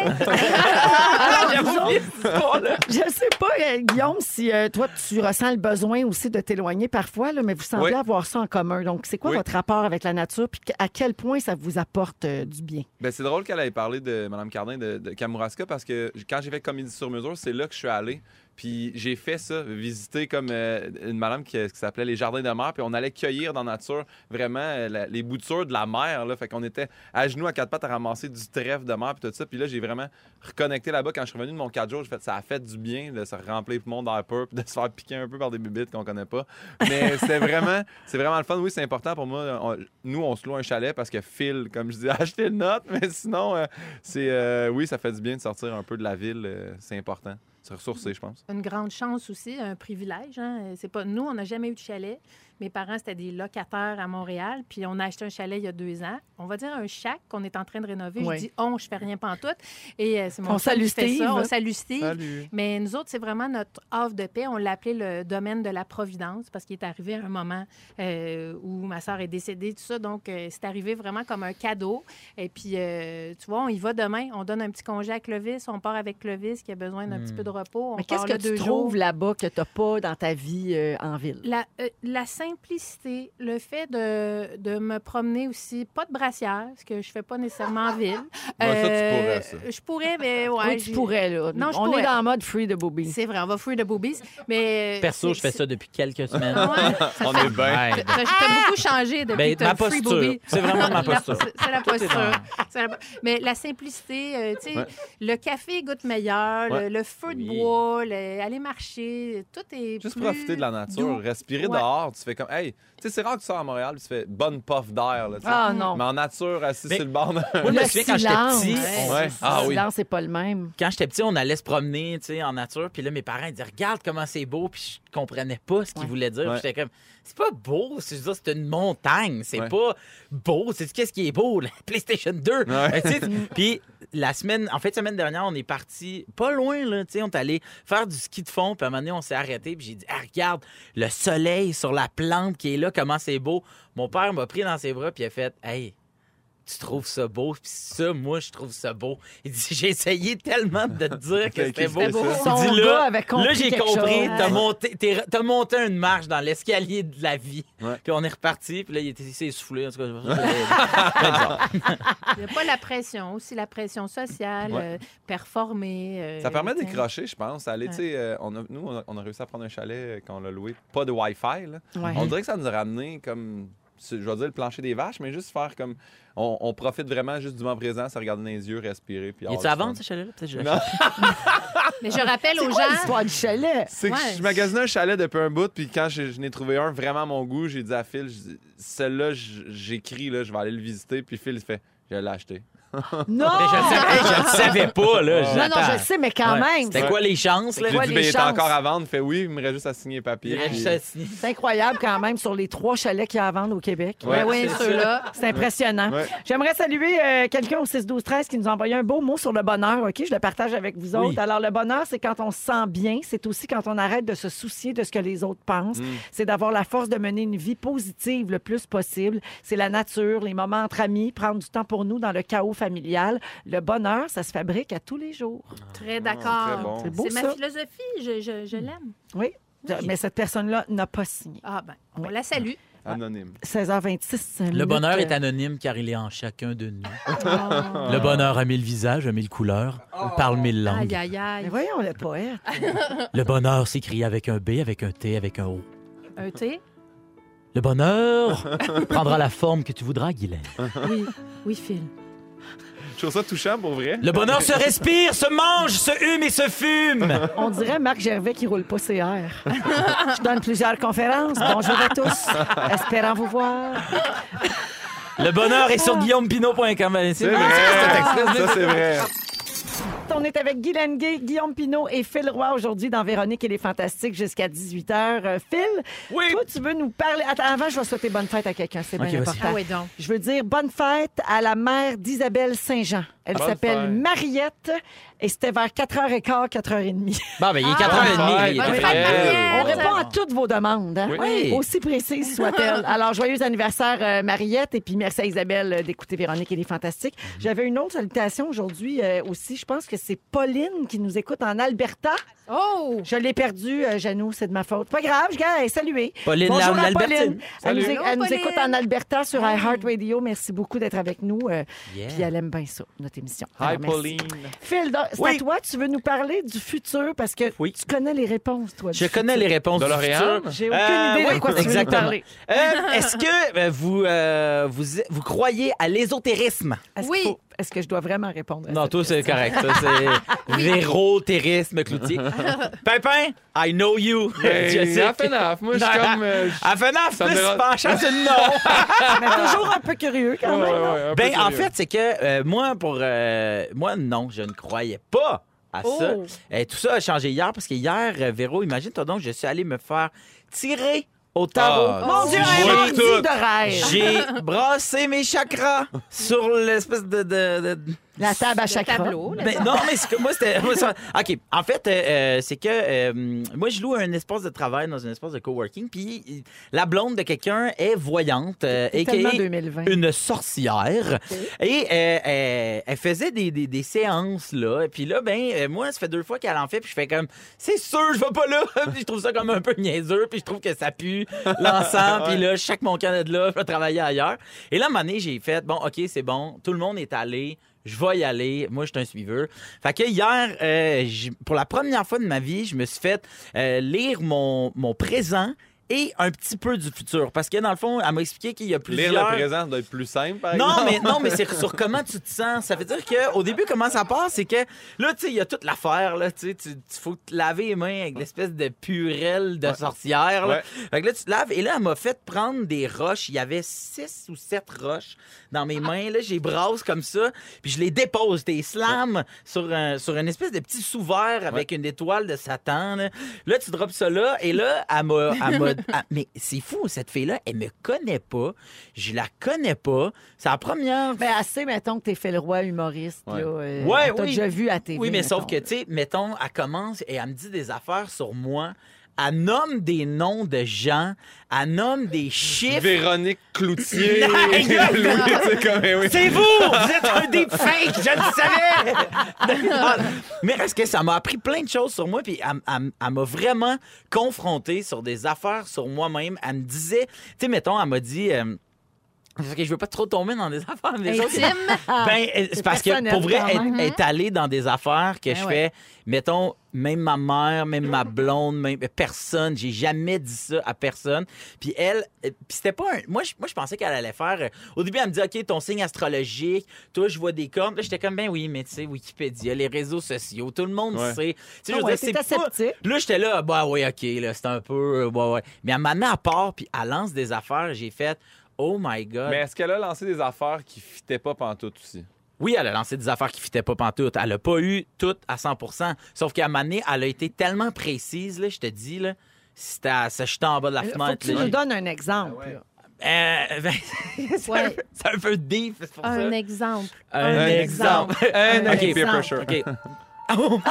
S4: Ah,
S2: J'avoue, Je sais pas, euh, Guillaume, si euh, toi, tu ressens le besoin aussi de t'éloigner parfois, là, mais vous semblez
S3: Oui.
S2: avoir ça en commun. Donc, c'est quoi
S3: Oui.
S2: votre rapport avec la nature puis à quel point ça vous apporte euh, du bien?
S3: Ben, c'est drôle qu'elle ait parlé de Mme Cardin de, de Kamouraska parce que j- quand j'ai fait Comédie sur mesure, c'est là que je suis allé. Puis j'ai fait ça, visiter comme euh, une madame qui, qui s'appelait les Jardins de mer. Puis on allait cueillir dans la nature vraiment euh, la- les boutures de la mer. Là. Fait qu'on était à genoux à quatre pattes à ramasser du trèfle de mer puis tout ça. Puis là, j'ai vraiment reconnecté là-bas. Quand je suis revenu de mon quatre jours, j'ai fait ça a fait du bien de se remplir le monde d'air pur puis de se faire piquer un peu par des bibites qu'on connaît pas. Mais c'était vraiment, c'est vraiment le fun. Oui, c'est important pour moi. On- nous, on se loue un chalet parce que Phil, comme je dis, acheter une note. Mais sinon, euh, c'est euh, oui, ça fait du bien de sortir un peu de la ville. euh, c'est important. Se ressourcer, je pense.
S1: une grande chance aussi, un privilège. hein. C'est pas nous, on n'a jamais eu de chalet. Mes parents c'était des locataires à Montréal, puis on a acheté un chalet il y a deux ans. On va dire un shack qu'on est en train de rénover.
S2: Ouais.
S1: Je dis on, je fais rien pantoute. Et euh, c'est mon
S2: On
S1: chum qui fait
S2: salue Steve.
S1: ça. On salue Steve.
S3: Salut.
S1: Mais nous autres, c'est vraiment notre offre de paix. On l'appelait le domaine de la providence parce qu'il est arrivé à un moment euh, où ma soeur est décédée, tout ça. Donc, euh, c'est arrivé vraiment comme un cadeau. Et puis, euh, tu vois, on y va demain. On donne un petit congé à Clovis. On part avec Clovis qui a besoin d'un
S4: Hmm.
S1: petit peu de repos. On
S2: mais
S1: part
S2: qu'est-ce que
S1: là deux
S2: tu
S1: jours.
S2: trouves là-bas que tu pas dans ta vie euh, en ville?
S1: La, euh, la simplicité, le fait de, de me promener aussi, pas de brassière, ce que je fais pas nécessairement en
S4: [LAUGHS]
S1: ville. Euh,
S3: Bon, Bah, ça, tu pourrais, ça.
S1: [LAUGHS] Je pourrais, mais ouais.
S2: oui, tu
S1: j'ai-
S2: pourrais, là.
S1: Non, je
S2: On
S1: pourrais.
S2: est dans le mode free de Bobby.
S1: C'est vrai, on va fouiller de boobies. Mais
S4: Perso,
S1: c'est-
S4: je fais ça depuis quelques
S1: c'est-
S4: semaines.
S1: Ouais.
S3: On est bien.
S4: Ouais.
S1: T'as t'as beaucoup changé depuis
S4: Ben,
S1: que t'as
S4: ma
S1: le free
S4: posture.
S1: booby.
S4: C'est vraiment ma
S1: La-
S4: posture.
S1: c'est- C'est la
S4: Tout est dans-
S1: posture. C'est la- Mais la simplicité, euh, tu sais,
S3: Ouais.
S1: le café goûte meilleur,
S3: Ouais.
S1: le, le feu de
S4: Oui.
S1: bois, le- aller marcher, tout est
S3: Juste
S1: plus
S3: profiter de la nature,
S1: doux.
S3: respirer
S1: Ouais.
S3: dehors. Tu fais comme, hey, tu sais, c'est rare que tu sors à Montréal puis tu fais bonne puff d'air. là, tu sais.
S2: Ah non.
S3: Mais en nature, assis
S4: Mais-
S3: sur le bord d'un-
S4: Moi, je me souviens quand
S2: silence.
S4: j'étais petit,
S2: Ouais.
S3: Ouais. Ah
S2: le
S3: oui.
S2: silence, c'est pas le même.
S4: quand j'étais petit, on allait se promener tu sais, en nature. Puis là, mes parents ils disaient Regarde comment c'est beau. Puis je comprenais pas ce qu'ils
S2: Ouais.
S4: voulaient dire.
S3: Ouais.
S4: Puis J'étais comme C'est pas beau. C'est je veux dire, c'est une montagne. C'est
S3: Ouais.
S4: pas beau. C'est qu'est-ce qui est beau La [LAUGHS] PlayStation 2.
S3: Ouais.
S4: Tu sais, Puis la semaine, en fait, semaine dernière, on est parti pas loin. Là, tu sais, on est allé faire du ski de fond. Puis à un moment donné, on s'est arrêté. Puis j'ai dit Ah, Regarde le soleil sur la plante qui est là. Comment c'est beau. Mon père m'a pris dans ses bras. Puis il a fait Hey, tu trouves ça beau, puis ça, moi, je trouve ça beau. Il dit, j'ai essayé tellement de te dire que c'était beau.
S3: Qu'est-ce que c'est
S2: ça?
S4: Il dit,
S2: Son gars
S4: là,
S2: avait compris
S4: là, j'ai
S2: quelque
S4: compris,
S2: chose.
S4: t'as monté, t'es- t'as monté une marche dans l'escalier de la vie.
S3: Ouais.
S4: Puis on est reparti, puis là, il était il s'est essoufflé, en tout cas. [LAUGHS] je sais pas. Très bizarre.
S1: Il n'y a pas la pression, aussi la pression sociale,
S3: Ouais.
S1: euh, performer. euh,
S3: Ça permet de
S1: tu sais.
S3: décrocher, je pense. Aller, tu sais, euh, on a- nous, on a, on a réussi à prendre un chalet euh, quand on l'a loué. Pas de Wi-Fi. là.
S2: Ouais.
S3: On dirait que ça nous a ramené comme, je vais dire le plancher des vaches, mais juste faire comme, on, on profite vraiment juste du moment présent, se regarder dans les yeux, respirer. Puis
S4: Il est-tu
S3: avoir
S4: à
S3: du fun.
S4: vendre, ce chalet-là? Peut-être que je l'achète.
S3: Non,
S1: Mais je rappelle
S2: [LAUGHS] C'est
S1: aux
S2: quoi
S1: gens.
S2: l'histoire du chalet?
S3: c'est que
S1: Ouais.
S3: je magasinais un chalet depuis un bout, puis quand je, je n'ai trouvé un vraiment à mon goût, j'ai dit à Phil, je dis, celui-là, je- j'écris, là, je vais aller le visiter, puis Phil, il fait, je l'ai acheté.
S2: Non!
S4: [LAUGHS] Mais je le savais, je le savais pas, là.
S2: non, non, je
S4: j'attends.
S2: le sais, mais quand
S4: Ouais.
S2: même.
S4: C'était quoi les chances, là?
S3: J'ai
S2: quoi
S3: dit,
S2: les
S3: ben, il est
S2: chances?
S3: encore à vendre. Il fait, oui, il me reste juste à signer papier.
S4: Il reste
S3: Puis-
S4: juste à signer.
S2: C'est incroyable quand même sur les trois chalets qu'il y a à vendre au Québec.
S3: Ouais,
S1: Ben oui,
S4: c'est
S1: ceux-là.
S2: C'est impressionnant.
S3: Ouais.
S2: J'aimerais saluer euh, quelqu'un au 6 12 13 qui nous a envoyé un beau mot sur le bonheur, OK, je le partage avec vous autres.
S4: Oui.
S2: Alors le bonheur, c'est quand on se sent bien, c'est aussi quand on arrête de se soucier de ce que les autres pensent,
S4: Mm.
S2: c'est d'avoir la force de mener une vie positive le plus possible, c'est la nature, les moments entre amis, prendre du temps pour nous dans le chaos familial. Le bonheur, ça se fabrique à tous les jours.
S1: Très
S3: très bon.
S1: d'accord.
S2: C'est beau,
S1: C'est ma
S2: ça.
S1: philosophie, je, je- je l'aime.
S2: Oui. Mais cette personne-là n'a pas signé.
S1: Ah ben,
S2: Oui.
S1: on la salue.
S3: Anonyme.
S2: 16h26.
S4: Le bonheur est anonyme car il est en chacun de nous.
S1: Ah.
S4: Le bonheur a mille visages, a mille couleurs,
S3: Ah.
S4: parle mille langues.
S1: Aïe, aïe, aïe.
S2: Mais euh, voyons le poète.
S4: Le bonheur s'écrit avec un B, avec un T, avec un O.
S1: Un thé?
S4: Le bonheur
S3: [LAUGHS]
S4: prendra la forme que tu voudras, Guylaine.
S1: Oui, oui, Phil.
S3: Je trouve ça touchant pour vrai.
S4: Le bonheur se respire, se mange, se hume et se fume.
S2: On dirait Marc Gervais qui roule pas ses airs. Je donne plusieurs conférences. Bonjour à tous. Espérant vous voir.
S4: Le bonheur est
S2: Ah.
S4: sur guillaumepinot.com.
S3: C'est vrai. Ah, Ça, c'est vrai.
S2: On est avec Guy Lenguet, Guillaume Pinault et Phil Roy aujourd'hui dans Véronique et les Fantastiques jusqu'à 18h. Euh, Phil,
S4: Oui.
S2: toi, tu veux nous parler. Attends, avant, je vais souhaiter bonne fête à quelqu'un. C'est
S4: Ok,
S2: bien
S4: vas-y.
S2: important.
S1: Ah ouais, donc.
S2: Je veux dire bonne fête à la mère d'Isabelle Saint-Jean. Elle
S3: Bonne
S2: s'appelle
S3: fête.
S2: Mariette et c'était vers 4h15, 4h30.
S4: Bon, ben, il est
S3: Ah,
S4: 4h30.
S3: bonne
S1: fête, Marielle.
S2: On
S1: Mariette.
S2: répond à toutes vos demandes, hein?
S4: Oui.
S2: aussi précises soient-elles. [LAUGHS] Alors, joyeux anniversaire, euh, Mariette, et puis merci à Isabelle euh, d'écouter Véronique et les Fantastiques. J'avais une autre salutation aujourd'hui euh, aussi. Je pense que c'est Pauline qui nous écoute en Alberta.
S1: Oh!
S2: Je l'ai perdue, euh, Janou, c'est de ma faute. Pas grave, je garde, saluer.
S4: Pauline,
S2: Bonjour
S4: la-
S2: à
S4: l'Albertine.
S2: Pauline. Elle,
S3: Salut.
S2: nous, é-
S1: Allô,
S2: elle nous
S1: Pauline.
S2: écoute en Alberta sur iHeartRadio. Merci beaucoup d'être avec nous. euh,
S4: Yeah.
S2: Puis elle aime bien ça, notre émission.
S3: Hi,
S2: Alors, merci.
S3: Pauline.
S2: Phil, donc, c'est
S4: Oui.
S2: à toi, tu veux nous parler du futur parce que
S4: Oui.
S2: tu connais les réponses, toi. du
S4: Je connais
S2: futur.
S4: les réponses du
S3: Doloréane?
S4: futur.
S2: J'ai aucune
S4: Euh,
S2: idée de
S4: oui,
S2: quoi tu veux nous
S4: exactement.
S2: parler.
S4: Euh, Est-ce que euh, vous, euh, vous, vous croyez à l'ésotérisme?
S2: Est-ce
S1: Oui.
S2: qu'il faut- Est-ce que je dois vraiment répondre à Ben,
S4: Non,
S2: cette
S4: toi, c'est correct. ça,
S2: [LAUGHS]
S4: C'est vérotérisme, Cloutier. Pimpin, I know
S3: [LAUGHS]
S4: you.
S3: Ben,
S4: Je sais.
S3: half and half. Moi, je suis
S4: Ben, Non.
S3: comme. euh, je-
S4: À FNAF,
S3: Ça me
S4: plus
S3: dérange.
S4: penchant sur le
S3: [LAUGHS]
S4: nom.
S2: question? Ah, Mais toujours un peu curieux quand
S3: Ouais,
S2: même.
S3: ouais, ouais, un peu
S4: ben, en
S3: curieux.
S4: fait, c'est que euh, moi, pour. euh, moi, non, je ne croyais pas à
S1: Oh!
S4: ça. Et tout ça a changé hier parce que hier, euh, Véro, imagine-toi donc, je suis allé me faire tirer au tarot.
S3: Ah,
S2: Mon Dieu,
S4: J'ai-
S2: un
S3: Oui,
S2: mardi
S3: tout.
S2: de rêve.
S4: J'ai brassé mes chakras sur l'espèce de- de- de
S2: La table à
S1: Le
S2: chaque
S1: tableau, là.
S4: Ben, non, mais c'est que moi, c'était. moi, ça- OK. En fait, euh, euh, c'est que euh, moi, je loue un espace de travail dans un espace de coworking, puis euh, la blonde de quelqu'un est voyante euh,
S2: T'es
S4: et
S2: tellement
S4: qu'elle est
S2: 2020.
S4: une sorcière. Et euh, elle, elle faisait des, des- des séances, là. Et puis là, ben, euh, moi, ça fait deux fois qu'elle en fait, puis je fais comme, c'est sûr, je vais pas là. [LAUGHS] puis je trouve ça comme un peu niaiseux, puis je trouve que ça pue l'ensemble. Puis là, chaque mon camp est de là, je vais travailler ailleurs. Et là, à un moment donné, j'ai fait, bon, OK, c'est bon, tout le monde est allé. Je vais y aller. Moi, je suis un suiveur. Fait que hier, euh, j'ai- pour la première fois de ma vie, je me suis fait euh, lire mon, mon présent et un petit peu du futur. Parce que dans le fond, elle m'a expliqué qu'il y a plusieurs...
S3: Lire le présent doit être plus simple, par
S4: Non,
S3: exemple.
S4: mais, non, mais
S3: [LAUGHS]
S4: c'est sur comment tu te sens. Ça veut dire qu'au début, comment ça passe, c'est que là, tu sais, il y a toute l'affaire. Là, tu sais, tu tu- faut te laver les mains avec l'espèce de purelle de sorcière. Là.
S3: Ouais.
S4: Fait que là, tu te laves. Et là, elle m'a fait prendre des roches. Il y avait six ou sept roches dans mes mains. Là, j'ai brasse comme ça. Puis je les dépose, des slams sur, un, sur une espèce de petit sous-verre avec une étoile de Satan. Là, Là, tu drops ça là. Et là, elle m'a. elle [LAUGHS] m'a- elle- mais c'est fou, cette fille-là, elle me connaît pas. Je la connais pas. C'est la première
S2: Mais assez, mettons, que t'es fait le roi humoriste.
S3: Ouais.
S2: Là, euh,
S4: Ouais,
S2: on t'a
S4: oui.
S2: déjà vu à TV.
S4: Oui, mais sauf que,
S2: mettons.
S4: tu sais, mettons, elle commence et elle me dit des affaires sur moi. Elle nomme des noms de gens. Elle nomme des chiffres.
S3: Véronique Cloutier.
S4: Non,
S3: Louis,
S4: exactement.
S3: tu sais, comme, eh oui.
S4: C'est vous! Vous êtes un deep fake! Je le savais! Ah, [LAUGHS] Mais est-ce que ça m'a appris plein de choses sur moi? Puis elle, elle- elle m'a vraiment confronté sur des affaires sur moi-même. Elle me disait, tu sais, mettons, elle m'a dit. euh, Ok, je veux pas trop tomber dans des affaires, mais
S1: Intime.
S4: [LAUGHS] Ben, euh, c'est parce que
S2: personnel,
S4: pour vrai,
S2: quand
S4: elle,
S2: même.
S4: elle est allée dans des affaires que
S1: Ben
S4: je
S1: ouais.
S4: fais, mettons, même ma mère, même ma blonde, même personne, j'ai jamais dit ça à personne. Puis elle, euh, puis c'était pas un. Moi, je, moi, je pensais qu'elle allait faire. euh, Au début, elle me dit, OK, ton signe astrologique, toi, je vois des cornes. Là, j'étais comme, ben oui, mais tu sais, Wikipédia, les réseaux sociaux, tout le monde
S3: Ouais.
S4: sait.
S2: Ah
S4: Tu sais, je veux
S2: ouais,
S4: dire, c'est
S2: t'étais
S4: pas-
S2: sceptique.
S4: Là, j'étais là, bah oui, OK, là, c'est un peu. euh, Ouais, ouais. Mais à maintenant, à part, puis elle lance des affaires, j'ai fait, oh my God.
S3: Mais est-ce qu'elle a lancé des affaires qui fitaient pas pantoute aussi?
S4: Oui, elle a lancé des affaires qui fitaient pas pantoute. Elle a pas eu tout à 100 Sauf qu'à un moment donné, elle a été tellement précise, là, je te dis, là, c'était à se jeter en bas de la
S2: Faut que
S4: fenêtre.
S2: tu
S4: là.
S2: nous donnes un exemple. là.
S4: Euh, [LAUGHS] ben, c'est un-
S1: Ouais.
S4: c'est un peu deep, c'est pour
S1: Un
S4: ça.
S1: exemple.
S4: Un exemple.
S3: [LAUGHS] Un
S2: Ok.
S3: peer
S2: exemple.
S3: pressure.
S4: OK. Oh! [LAUGHS]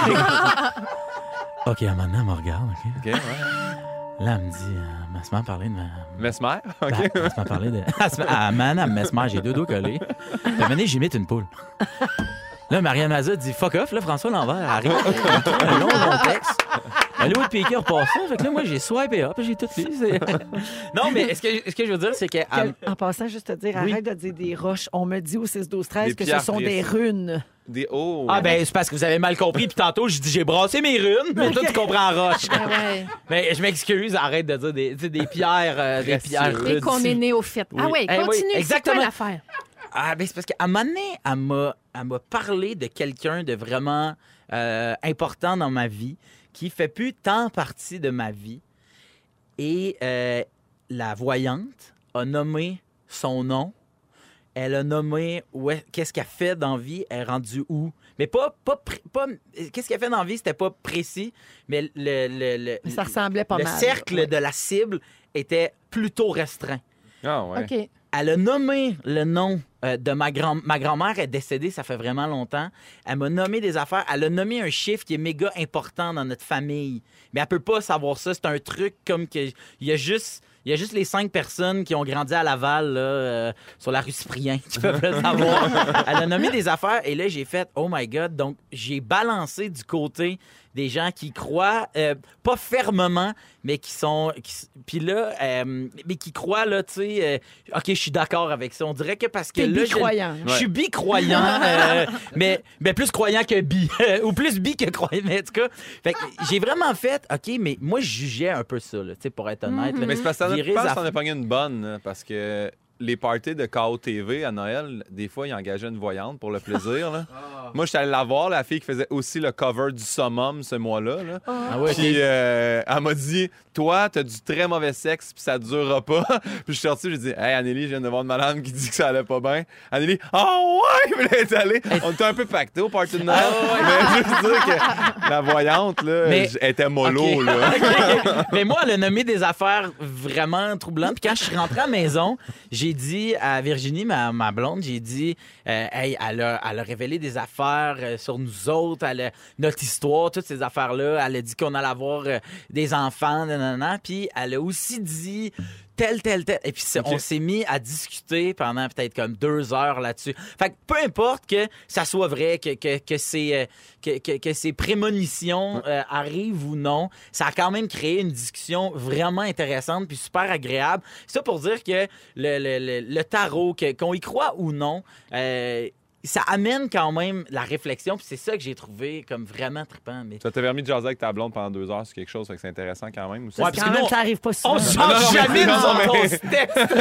S4: OK, à un moment donné, elle me regarde, OK?
S3: OK, ouais.
S4: Là, elle me dit, euh, elle se met à parler de ma,
S3: Mesmer,
S4: Ben,
S3: OK.
S4: Elle se m'a parlé de. [LAUGHS] Elle se m'a- Ah, man, elle me smère, j'ai deux dos collés. Puis à un moment donné, j'imite une poule. Là, Marianne Mazza dit fuck off, là, François Lambert arrive. Elle écrit un long, long texte. Un autre piqué repasse ça. Fait que là, moi, j'ai swipé up, j'ai tout lu. c'est- [LAUGHS] non, mais est-ce que, ce que je veux dire, c'est que. à-
S2: Quel- En passant, juste te dire,
S4: Ah, oui.
S2: arrête de dire des roches. On me dit au 6, 12,
S3: Des
S2: 13 que ce
S3: pierres
S2: sont des
S3: précieuses.
S2: runes.
S3: Des hauts.
S4: Ah, ben, c'est parce que vous avez mal compris. Puis tantôt, je dis j'ai brassé mes runes, mais toi, tu comprends roche.
S1: Ah ouais.
S4: Mais je m'excuse, arrête de dire des, tu sais, des pierres, euh, des
S3: Précieux.
S4: pierres
S1: Et
S4: rudes.
S1: qu'on est né au fait. Ah
S4: Oui.
S1: oui,
S4: Eh oui,
S1: continue. C'est
S4: exactement.
S1: quoi l'affaire?
S4: Ah, ben, c'est parce qu'à un moment donné, elle m'a, elle m'a parlé de quelqu'un de vraiment euh, important dans ma vie, qui fait plus tant partie de ma vie. Et euh, la voyante a nommé son nom. Elle a nommé où est- qu'est-ce qu'elle fait dans la vie, elle est rendue où. Mais pas, pas, pré- pas- qu'est-ce qu'elle fait dans la vie, c'était pas précis, mais le, le, le-
S2: Mais Ça ressemblait pas
S4: le
S2: mal.
S4: cercle
S2: Ouais.
S4: de la cible était plutôt restreint.
S3: Ah, ouais.
S1: OK.
S4: Elle a nommé le nom euh, de ma grand ma grand-mère est décédée, ça fait vraiment longtemps. Elle m'a nommé des affaires. Elle a nommé un chiffre qui est méga important dans notre famille. Mais elle peut pas savoir ça. C'est un truc comme que il y a juste il y a juste les cinq personnes qui ont grandi à Laval, là, euh, sur la rue Cyprien, qui peuvent le savoir. Elle a nommé des affaires et là, j'ai fait Oh my God. Donc, j'ai balancé du côté des gens qui croient, euh, pas fermement, mais qui sont. qui s- Puis là, euh, mais qui croient, là, tu sais, euh, OK, je suis d'accord avec ça. On dirait que parce que
S2: T'es
S4: là. j'ai-
S2: bicroyant.
S4: Je suis bi-croyant, euh, mais, mais plus croyant que bi, [LAUGHS] ou plus bi que croyant, mais en tout cas. Fait que j'ai vraiment fait, OK, mais moi, je jugeais un peu ça, là, tu sais, pour être honnête. là.
S3: Mais c'est parce que
S4: Virer
S3: je pense
S4: à-
S3: qu'on a pogné une bonne, là, parce que les parties de KO TV à Noël, des fois, ils engageaient une voyante pour le plaisir. là. Moi, j'étais allé la voir, la fille qui faisait aussi le cover du summum ce mois-là. là.
S4: Ah ouais,
S3: Puis euh, elle m'a dit Toi, t'as du très mauvais sexe, puis ça durera pas. [LAUGHS] puis je suis sorti, j'ai dit Hey, Anneli, je viens de voir une madame qui dit que ça allait pas bien. Anneli, Ah ouais, mais elle est allée. On était un peu pacté au party
S4: Ah
S3: de Noël. Mais juste dire que la voyante, là,
S4: Mais-
S3: j- était mollo.
S4: OK.
S3: Là.
S4: [LAUGHS] OK. Mais moi, elle a nommé des affaires vraiment troublantes. Puis quand je suis rentré à la maison, j'ai dit à Virginie, ma, ma blonde, j'ai dit euh, Hey, elle a, elle a révélé des affaires euh, sur nous autres, elle a- notre histoire, toutes ces affaires-là. Elle a dit qu'on allait avoir euh, des enfants, nanana. Puis elle a aussi dit tel, tel, tel. Et puis c'est-
S3: OK.
S4: on s'est mis à discuter pendant peut-être comme deux heures là-dessus. Fait que peu importe que ça soit vrai, que, que, que, ces, euh, que, que, que ces prémonitions euh, arrivent ou non, ça a quand même créé une discussion vraiment intéressante puis super agréable. C'est ça pour dire que le, le, le, le tarot, que- qu'on y croit ou non, euh, ça amène quand même la réflexion. Puis c'est ça que j'ai trouvé comme vraiment trippant. Mais...
S3: Ça t'a permis de jaser avec ta blonde pendant deux heures sur quelque chose, fait que c'est intéressant quand même aussi.
S4: Ouais,
S2: Parce
S4: parce
S2: que
S4: que
S2: même,
S4: nous,
S2: ça arrive pas souvent.
S4: On change
S3: mais-
S4: jamais, nous
S3: non,
S4: autres,
S3: mais-
S4: on se
S3: [LAUGHS]
S4: texte.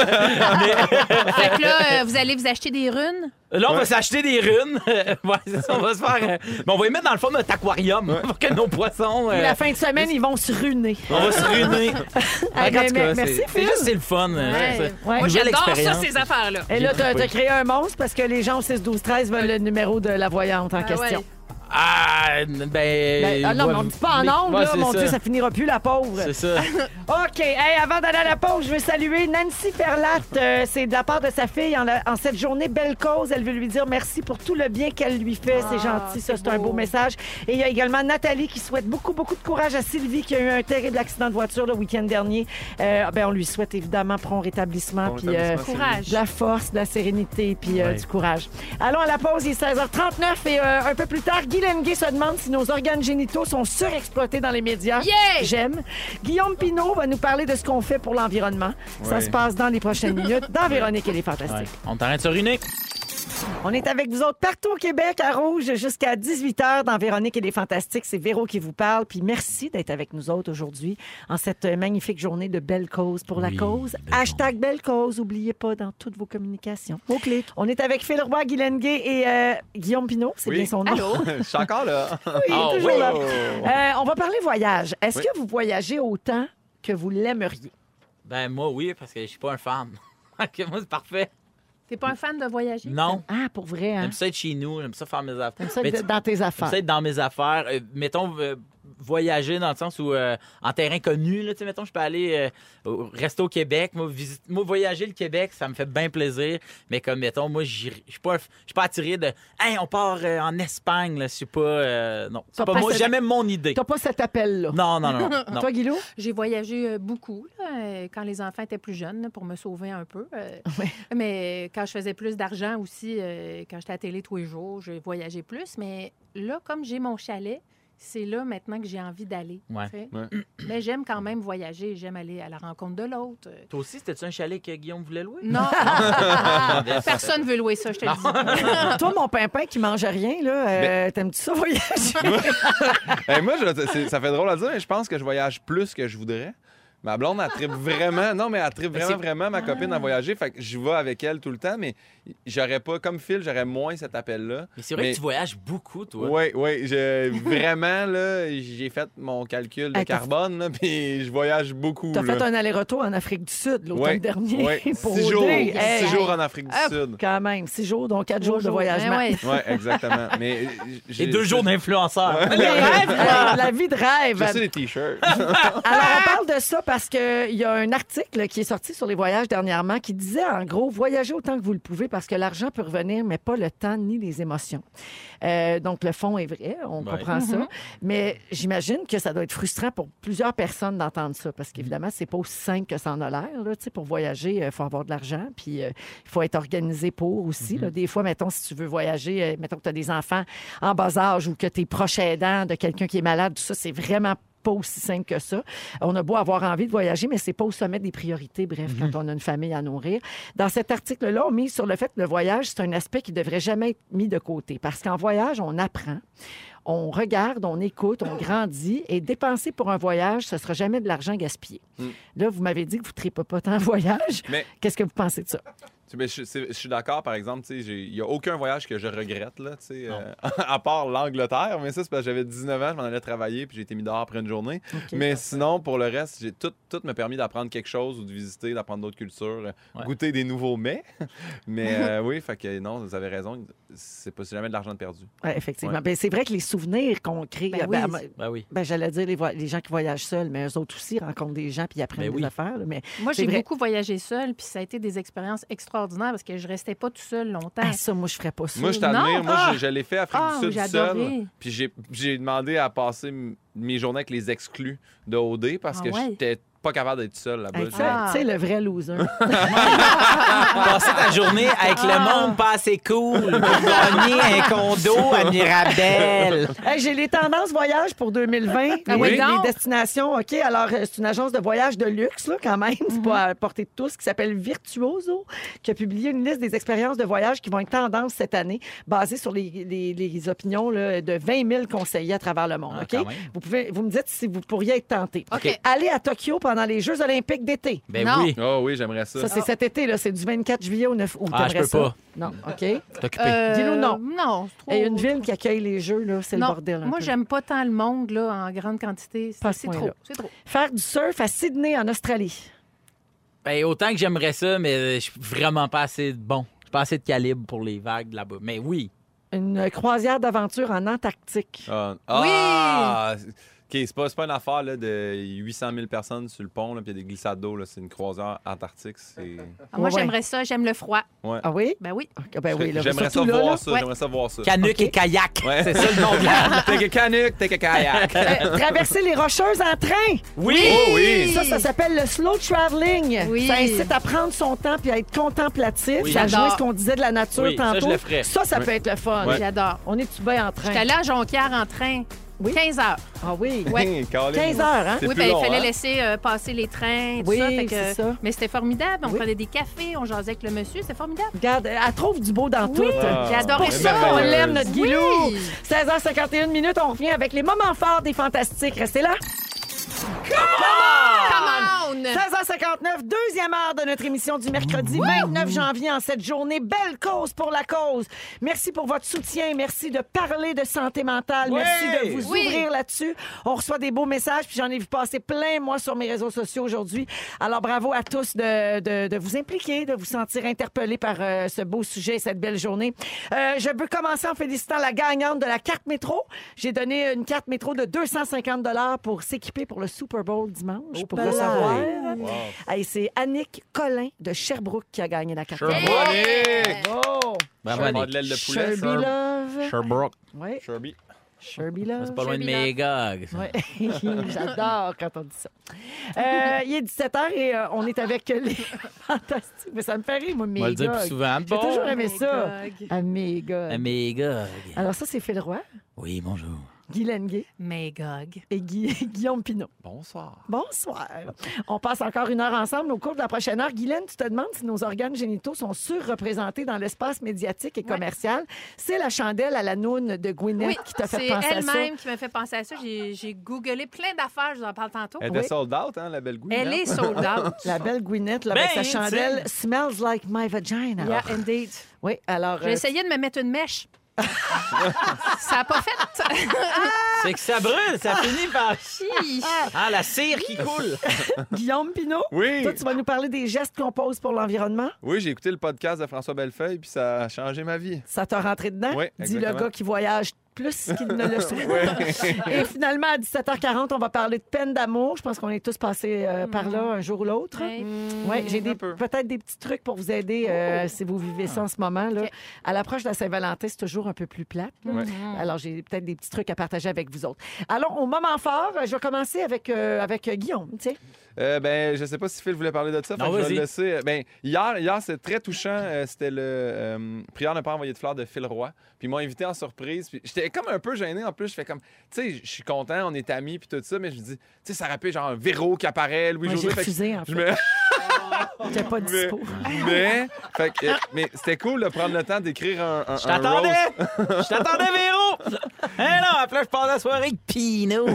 S1: Fait que là, euh, vous allez vous acheter des runes.
S4: Là, on va s'acheter des runes. [LAUGHS] Euh, ouais, c'est ça, on va se faire. euh, mais on va les mettre dans le fond de notre aquarium pour que nos poissons. euh,
S2: La fin de semaine, ils vont se ruiner.
S4: on va se ruiner.
S2: Ah,
S4: Ouais, en
S2: mais-
S4: tout cas,
S2: merci,
S4: c'est- C'est
S2: Phil.
S4: juste, c'est le fun. euh,
S1: Ouais.
S4: c'est ça.
S2: Ouais.
S4: Nouvelle
S2: Moi,
S1: J'adore ça,
S4: expérience.
S1: ces affaires-là.
S2: Et là,
S4: J'ai
S2: t'as
S4: trippé.
S2: t'as créé un monstre parce que les gens au 6, 12, 13 veulent le numéro de la voyante en
S1: Ah ouais.
S2: question.
S4: Ah, ben.
S2: Ben, ah non, mais on
S4: ouais,
S2: ne dit pas en
S4: mais-
S2: ondes,
S4: ouais,
S2: là.
S4: c'est
S2: Mon
S4: ça.
S2: Dieu, ça finira plus, la pauvre.
S4: C'est ça.
S2: OK. Hey, avant d'aller à la pause, je veux saluer Nancy Ferlatte. Euh, c'est de la part de sa fille en, la- en cette journée belle cause. Elle veut lui dire merci pour tout le bien qu'elle lui fait. C'est gentil, ça. Ah, C'est un beau message. Et il y a également Nathalie qui souhaite beaucoup, beaucoup de courage à Sylvie qui a eu un terrible accident de voiture le week-end dernier. Euh, ben, on lui souhaite évidemment prompt rétablissement.
S3: Bon
S2: puis, euh,
S3: rétablissement, Sylvie.
S1: Courage.
S2: de la force, de la sérénité puis euh, du courage. Allons à la pause, il est 16h39 et euh, un peu plus tard, Guy Lenguet se demande si nos organes génitaux sont surexploités dans les médias.
S1: Yeah!
S2: J'aime. Guillaume Pinault va nous parler de ce qu'on fait pour l'environnement. Ça
S3: Ouais.
S2: se passe dans les prochaines minutes dans Véronique et les Fantastiques.
S4: Ouais. On t'arrête sur une.
S2: On est avec vous autres partout au Québec, à Rouge, jusqu'à 18h dans Véronique et les Fantastiques. C'est Véro qui vous parle. Puis merci d'être avec nous autres aujourd'hui en cette euh, magnifique journée de belle cause pour la
S4: Oui,
S2: cause.
S4: belle
S2: Hashtag belle cause. Oubliez pas dans toutes vos communications. Au clic. On est avec Phil Roy, Guy Lenguet et euh, Guillaume Pinault. C'est
S3: Oui.
S2: bien son nom. [LAUGHS]
S1: Allô?
S3: Je suis encore [LAUGHS] là.
S2: Oui,
S4: Oh,
S2: toujours
S4: oui.
S2: là. Euh, on va parler voyage. Est-ce
S3: Oui.
S2: que vous voyagez autant que vous l'aimeriez?
S4: Ben, moi, oui, parce que je suis pas un fan. [LAUGHS] Ok, moi, c'est parfait.
S1: T'es pas un fan de voyager?
S4: Non.
S2: Ah, pour vrai, hein?
S4: J'aime ça être chez nous, j'aime ça faire mes affaires.
S2: Comme ça,
S4: Mais tu-
S2: dans tes
S4: Comme
S2: affaires.
S4: ça, être dans mes affaires. Euh, mettons, euh, voyager dans le sens où, euh, en terrain connu, là, tu sais, mettons, je peux aller euh, au- rester au Québec. Moi, visite- moi, voyager le Québec, ça me fait bien plaisir. Mais comme, mettons, moi, j'irai- je suis pas, un f- je suis pas attiré de « Hey, on part euh, en Espagne, là. » Je suis pas... euh, non, c'est
S2: T'as
S4: pas,
S2: pas
S4: moi,
S2: cette-
S4: jamais mon idée.
S2: T'as pas cet appel-là.
S4: Non, non, non, non.
S2: Toi, Guillaume?
S1: J'ai voyagé euh, beaucoup là, euh, quand les enfants étaient plus jeunes là, pour me sauver un peu.
S2: [LAUGHS]
S1: euh, Mais quand je faisais plus d'argent aussi, euh, quand j'étais à la télé tous les jours, je voyageais plus. Mais là, comme j'ai mon chalet, c'est là maintenant que j'ai envie d'aller.
S4: Ouais.
S1: tu sais.
S3: Ouais.
S1: [CLEARS THROAT] Mais j'aime quand même voyager, j'aime aller à la rencontre de l'autre. Euh,
S4: Toi aussi, c'était-tu un chalet que Guillaume voulait louer?
S3: Mm.
S1: Non, [LAUGHS] personne veut louer ça, je te le dis.
S2: Toi, mon pimpin qui mange rien, là, euh,
S3: Ben-
S2: t'aimes-tu ça voyager?
S3: Eh, moi, je- c'est- ça fait drôle à dire, mais je pense que je voyage plus que je voudrais. Ma blonde, elle tripe vraiment. Non, mais elle tripe
S4: Mais
S3: vraiment,
S4: c'est-
S3: vraiment ma copine à voyager. Fait que je vais avec elle tout le temps, mais j'aurais pas, comme Phil, j'aurais moins cet appel-là.
S4: Mais c'est vrai
S3: Mais-
S4: que tu voyages beaucoup, toi.
S3: Oui, oui. je- Vraiment, là, j'ai fait mon calcul de
S2: Hey, t'as-
S3: carbone, là, puis je voyage beaucoup.
S2: T'as
S3: là.
S2: fait un aller-retour en Afrique du Sud l'automne
S3: Ouais,
S2: dernier
S3: ouais.
S2: [LAUGHS] pour
S3: Six
S2: OD.
S3: jours.
S2: Hey,
S3: Six jours en Afrique du
S2: hop,
S3: Sud.
S2: Quand même, six jours, donc [LAUGHS] quatre jours
S1: Trois
S2: de
S1: jours.
S2: voyagement.
S1: Ben ouais.
S3: Oui, exactement. Mais j'ai-
S4: Et deux jours d'influenceur.
S2: Les rêves, euh, la vie de rêve.
S3: J'ai aussi des t-shirts.
S2: [LAUGHS] Alors, on parle de ça parce qu'il y a un article qui est sorti sur les voyages dernièrement qui disait, en gros, voyagez autant que vous le pouvez parce que l'argent peut revenir, mais pas le temps ni les émotions. Euh, donc, le fond est vrai, on
S4: Ouais.
S2: comprend ça. Mais j'imagine que ça doit être frustrant pour plusieurs personnes d'entendre ça parce qu'évidemment, c'est pas aussi simple que ça en a l'air. là. Tu sais, Pour voyager, il faut avoir de l'argent, puis euh, il faut être organisé pour aussi. là. Des fois, mettons, si tu veux voyager, euh, mettons que tu as des enfants en bas âge ou que tu es proche aidant de quelqu'un qui est malade, tout ça, c'est vraiment pas aussi simple que ça. On a beau avoir envie de voyager, mais c'est pas au sommet des priorités, bref,
S3: Mhm.
S2: quand on a une famille à nourrir. Dans cet article-là, on mise sur le fait que le voyage, c'est un aspect qui devrait jamais être mis de côté. Parce qu'en voyage, on apprend, on regarde, on écoute, on grandit. Et dépenser pour un voyage, ce sera jamais de l'argent gaspillé.
S3: Mm.
S2: Là, vous m'avez dit que vous ne tripez pas tant en voyage.
S3: Mais-
S2: Qu'est-ce que vous pensez de ça?
S3: Tu sais, mais je, c'est- je suis d'accord, par exemple, tu sais, j'ai- il n'y a aucun voyage que je regrette, là, tu sais, euh, [LAUGHS] à part l'Angleterre, mais ça, c'est parce que j'avais 19 ans, je m'en allais travailler, puis j'ai été mis dehors après une journée. mais sinon, pour le reste, j'ai tout, tout m'a permis d'apprendre quelque chose ou de visiter, d'apprendre d'autres cultures, euh,
S4: Ouais.
S3: goûter des
S1: [LAUGHS]
S3: nouveaux mets. mais euh, oui, fait que non, vous avez raison, c'est pas c'est jamais de l'argent de perdu.
S2: Ouais, effectivement.
S3: Ouais.
S2: Ben, c'est vrai que les souvenirs qu'on crée,
S1: Ben
S2: ben,
S1: oui.
S4: Ben oui.
S2: ben, j'allais dire les, voy- les gens qui voyagent seuls, mais eux autres aussi rencontrent des gens puis ils apprennent
S4: Ben oui.
S2: des affaires. là, mais
S1: Moi,
S2: C'est
S1: j'ai
S2: vrai.
S1: beaucoup voyagé seule, puis ça a été des expériences extraordinaires parce que je restais pas tout seul longtemps.
S2: Ah, ça, moi, je ferais pas ça.
S3: Moi, je
S1: Non,
S3: t'admire. Moi,
S1: ah!
S3: je, je l'ai fait à Afrique
S1: Ah,
S3: du Sud
S1: j'ai
S3: seul.
S1: adoré.
S3: Puis j'ai- j'ai demandé à passer m- mes journées avec les exclus de OD parce
S1: Ah
S3: que
S1: ouais?
S3: j'étais pas capable d'être seul là-bas.
S2: Hey, tu sais,
S1: Ah.
S2: tu sais, le vrai loser.
S4: Passer ta journée avec le monde pas assez cool pour gagner un condo à Mirabel.
S2: [LAUGHS] Hey, J'ai les tendances voyage pour 2020.
S1: Ah
S3: oui,
S2: les,
S1: donc?
S2: les destinations, OK. Alors, euh, c'est une agence de voyage de luxe, là, quand même. C'est pas à portée de tous, qui s'appelle Virtuoso, qui a publié une liste des expériences de voyage qui vont être tendance cette année, basée sur les, les- les opinions là, de 20 000 conseillers à travers le monde.
S4: Ah,
S2: OK?
S4: quand même.
S2: Vous, pouvez, vous me dites si vous pourriez être tenté.
S1: OK.
S2: Aller à Tokyo pendant les Jeux olympiques d'été.
S4: Ben
S1: Non.
S4: oui.
S3: Oh oui, j'aimerais ça.
S2: Ça, c'est cet été, là. C'est du 24 juillet au 9 août.
S4: Ah, je
S2: T'aimerais
S4: peux
S2: ça?
S4: pas.
S2: Non, OK.
S4: T'es occupé.
S1: Euh,
S2: Dis-nous non.
S1: Non, c'est trop.
S2: Et une ville qui accueille les Jeux, là, c'est le
S1: Non,
S2: bordel. un
S1: Moi,
S2: peu.
S1: j'aime pas tant le monde là, en grande quantité. C'est
S2: Pas à ce
S1: c'est trop.
S2: point-là.
S1: C'est trop. Ah,
S2: Faire du surf à Sydney, en Australie.
S4: Ben, autant que j'aimerais ça, mais je suis vraiment pas assez bon. Je suis pas assez de calibre pour les vagues là-bas. Mais oui.
S2: Une croisière d'aventure en Antarctique.
S3: Ah, ah! OK, c'est pas, c'est pas une affaire là, de 800 000 personnes sur le pont, là, puis il y a des glissades d'eau. là, C'est une croisière antarctique. c'est-
S2: Eh
S1: Ah, moi,
S2: Ouais, ouais.
S1: j'aimerais ça. J'aime le froid.
S2: Ah oui?
S1: Ben oui.
S2: Ok, ben oui, là,
S3: J'aimerais ça,
S2: surtout là,
S3: voir
S2: là.
S3: ça.
S1: Ouais.
S3: J'aimerais ça voir ça.
S4: Canuc
S2: Ok.
S4: et kayak.
S3: Ouais.
S4: C'est ça le nom de la...
S3: [LAUGHS] Take a canuc, take a kayak.
S2: Euh, traverser les Rocheuses en train.
S4: Oui!
S3: Oh oui!
S2: Ça, ça s'appelle le slow traveling.
S1: Oui.
S2: Ça incite à prendre son temps puis à être contemplatif.
S4: Oui.
S2: Ça
S1: J'adore.
S2: rejoint ce qu'on disait de la nature
S4: Oui, ça,
S2: tantôt.
S4: je le ferais.
S2: Ça, ça peut être le fun.
S3: Ouais.
S1: Ah, J'adore.
S2: On est-tu bien en
S1: Je
S2: train?
S1: suis allée à Jonquière en train.
S2: Oui.
S1: 15 heures.
S2: Ah oui.
S1: Ouais.
S3: [LAUGHS] Hey, Colin,
S2: 15 heures, hein?
S3: C'est
S1: Oui,
S3: plus
S1: ben,
S3: long,
S1: il fallait
S3: hein?
S1: laisser euh, passer les trains. tout
S2: Oui,
S1: ça, fait que-
S2: c'est ça.
S1: Mais c'était formidable. On
S2: Oui.
S1: prenait des cafés, on jasait avec le monsieur. C'était formidable.
S2: Regarde, elle trouve du beau dans tout.
S3: Ah,
S1: J'ai adoré
S3: elle est
S1: ça,
S2: On
S3: merveilleuse.
S2: l'aime, notre
S1: Oui.
S2: Guilou. 16h51 minutes, on revient avec les moments forts des Fantastiques. Restez là. Ah!
S1: Come on!
S2: 16h59, deuxième heure de notre émission du mercredi 29 janvier en cette journée. Belle cause pour la cause. Merci pour votre soutien. Merci de parler de santé mentale. Merci de vous
S1: Oui.
S2: ouvrir là-dessus. On reçoit des beaux messages, puis j'en ai vu passer plein, moi, sur mes réseaux sociaux aujourd'hui. Alors, bravo à tous de, de- de vous impliquer, de vous sentir interpellés par euh, ce beau sujet, cette belle journée. Euh, je veux commencer en félicitant la gagnante de la carte métro. J'ai donné une carte métro de 250 pour s'équiper pour le Super Bowl dimanche, pour le savoir. Hey, c'est Annick Collin de Sherbrooke qui a gagné la carte.
S3: Sherbrooke!
S2: Oh!
S4: Bravo,
S3: Sherbrooke.
S4: Annick.
S3: de l'aile de poulet.
S2: Sherby
S3: Sherbrooke.
S2: Love.
S4: Sherbrooke.
S2: Oui,
S3: Sherby.
S2: Sherby Love.
S4: C'est pas loin de
S1: Sherby
S4: mes gags.
S2: Ouais. [LAUGHS] J'adore quand on dit ça. Euh, il est 17h et euh, on est avec les [LAUGHS] fantastiques. Mais ça me fait rire, moi,
S4: On va le
S2: mes
S4: dire
S2: gars.
S4: plus souvent.
S2: J'ai toujours
S4: Bon,
S2: aimé
S1: Oh my
S2: ça.
S1: God.
S2: À mes gars.
S4: mes gags.
S2: Alors ça, c'est Phil Roy.
S4: Oui, bonjour.
S2: Guy Lenguet
S1: Magog.
S2: et Guy- [LAUGHS] Guillaume Pinot.
S3: Bonsoir.
S2: Bonsoir. On passe encore une heure ensemble. Au cours de la prochaine heure, Guylaine, tu te demandes si nos organes génitaux sont surreprésentés dans l'espace médiatique et commercial. C'est la chandelle à la noune de Gwyneth
S1: Oui,
S2: qui t'a fait
S1: c'est
S2: penser à ça.
S1: elle-même qui m'a fait penser à ça. J'ai j'ai googlé plein d'affaires, je vous en parle tantôt.
S3: Elle était sold out, hein, la belle Gouine.
S1: Oh, Elle est
S2: [LAUGHS]
S1: sold out.
S2: La belle Gwyneth, là,
S4: Ben,
S2: avec sa
S4: hein,
S2: chandelle « Smells like my vagina
S1: Yeah, indeed.
S2: Oui, alors...
S1: J'ai
S2: euh,
S1: essayé de me mettre une mèche. ça n'a pas fait.
S4: C'est que ça brûle, ça finit par.
S1: Chiche.
S4: Ah, la cire qui coule.
S2: Guillaume Pinot,
S3: Oui,
S2: toi, tu vas nous parler des gestes qu'on pose pour l'environnement.
S3: oui j'ai écouté le podcast de François Bellefeuille, puis ça a changé ma vie.
S2: Ça t'a rentré dedans?
S3: Oui,
S2: Dit le
S3: exactement.
S2: gars qui voyage plus qu'il ne
S3: [LAUGHS]
S2: le souhaite. Et finalement, à 17h40, on va parler de peine d'amour. Je pense qu'on est tous passés euh, par là un jour ou l'autre.
S1: Ouais.
S2: Ouais, j'ai des-
S3: un peu. Oh! Ah.
S2: peut-être des petits trucs pour vous aider euh, si vous vivez ça en ce moment. Là.
S1: OK.
S2: À l'approche de la Saint-Valentin, c'est toujours un peu plus plate. là.
S3: Ouais.
S2: Alors, j'ai peut-être des petits trucs à partager avec vous autres. Allons au moment fort. Je vais commencer avec, euh, avec euh, Guillaume. tu sais.
S3: Euh, ben, je sais pas si Phil voulait parler de ça.
S4: Non,
S3: fait que je vais
S4: vas-y.
S3: le laisser. Ben, hier, hier c'est très touchant. Euh, C'était le euh, prieur ne pas envoyer de fleurs de Phil Roy. Puis ils m'ont invité en surprise. Puis j'étais comme un peu gêné. En plus, je fais comme, tu sais, je suis content, on est amis, puis tout ça. Mais je me dis, tu sais, ça rappelle genre un Véro qui apparaît, Louis
S2: Moi, j'ai
S3: José. Fait que
S2: refusé, en fait.
S3: je me-
S2: J'étais
S3: [LAUGHS]
S2: pas dispo.
S3: mais, fait que, euh, mais c'était cool de prendre le temps d'écrire un, un,
S4: Je
S3: un
S4: t'attendais!
S3: roast.
S4: Je t'attendais, [LAUGHS] Véro! Hein, non, après, je passe la soirée avec Pino.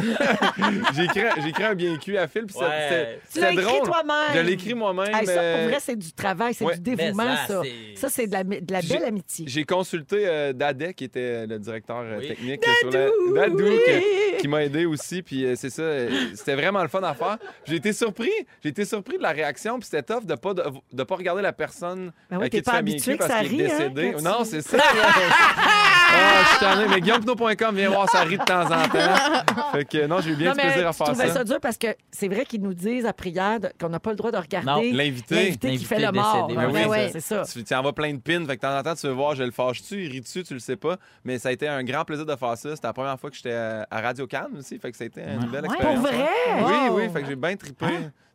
S3: J'ai écrit, j'ai écrit un bien cul à Phil, puis c'était-
S4: Ouais.
S3: c'était-
S2: Tu l'as
S3: c'était
S2: écrit
S3: drôle.
S2: toi-même.
S3: Je l'ai écrit moi-même.
S2: Hey, ça,
S3: euh,
S2: pour vrai, c'est du travail, c'est
S3: ouais.
S2: du dévouement,
S4: Mais
S2: ça.
S4: ça,
S2: Ça,
S4: c'est-
S2: c'est de la, de la
S3: J'ai-
S2: belle amitié.
S3: J'ai consulté euh, Dadek, qui était le directeur euh,
S4: Oui.
S3: technique euh, sur le Dadou, que- qui m'a aidé aussi. Puis euh, c'est ça, euh, c'était vraiment le fun à faire. Puis J'ai été surpris, j'ai été surpris de la réaction. Puis c'était tough de pas de, de pas regarder la personne
S2: Ben oui,
S3: euh,
S2: t'es
S3: qui te
S2: pas
S3: fait bien
S2: habitué
S3: cul
S2: que
S3: parce
S2: ça
S3: qu'il est
S2: rit, hein,
S3: décédé.
S2: quand tu-
S3: non, c'est
S2: [LAUGHS]
S3: ça. Ah, je suis tanné. Mais guillaumepinot.com, viens voir, ça rit de temps
S2: [LAUGHS]
S3: en temps. Fait que non, j'ai eu bien
S2: non,
S3: du
S2: mais
S3: plaisir à
S2: je
S3: faire
S2: trouvais
S3: ça.
S2: ça. dur parce que c'est vrai qu'ils nous disent à prière de- qu'on n'a pas le droit de
S4: Non,
S2: regarder
S3: L'invité,
S2: l'invité qui
S4: L'invité
S2: fait le mort.
S4: décédé,
S2: là.
S3: oui.
S2: Ouais,
S3: Oui,
S2: ouais,
S1: ça.
S2: c'est ça.
S3: [LAUGHS] tu, tu envoies plein de pins. Fait que de temps en temps, tu veux voir, je le fâche-tu, il rit-tu, tu le sais pas. Mais ça a été un grand plaisir de faire ça. C'était la première fois que j'étais à à Radio Cannes aussi. Fait que ça a été une belle
S1: Ouais.
S2: Pour
S3: expérience.
S2: vrai?
S3: Oui,
S2: Wow.
S3: oui. Fait que j'ai bien trippé.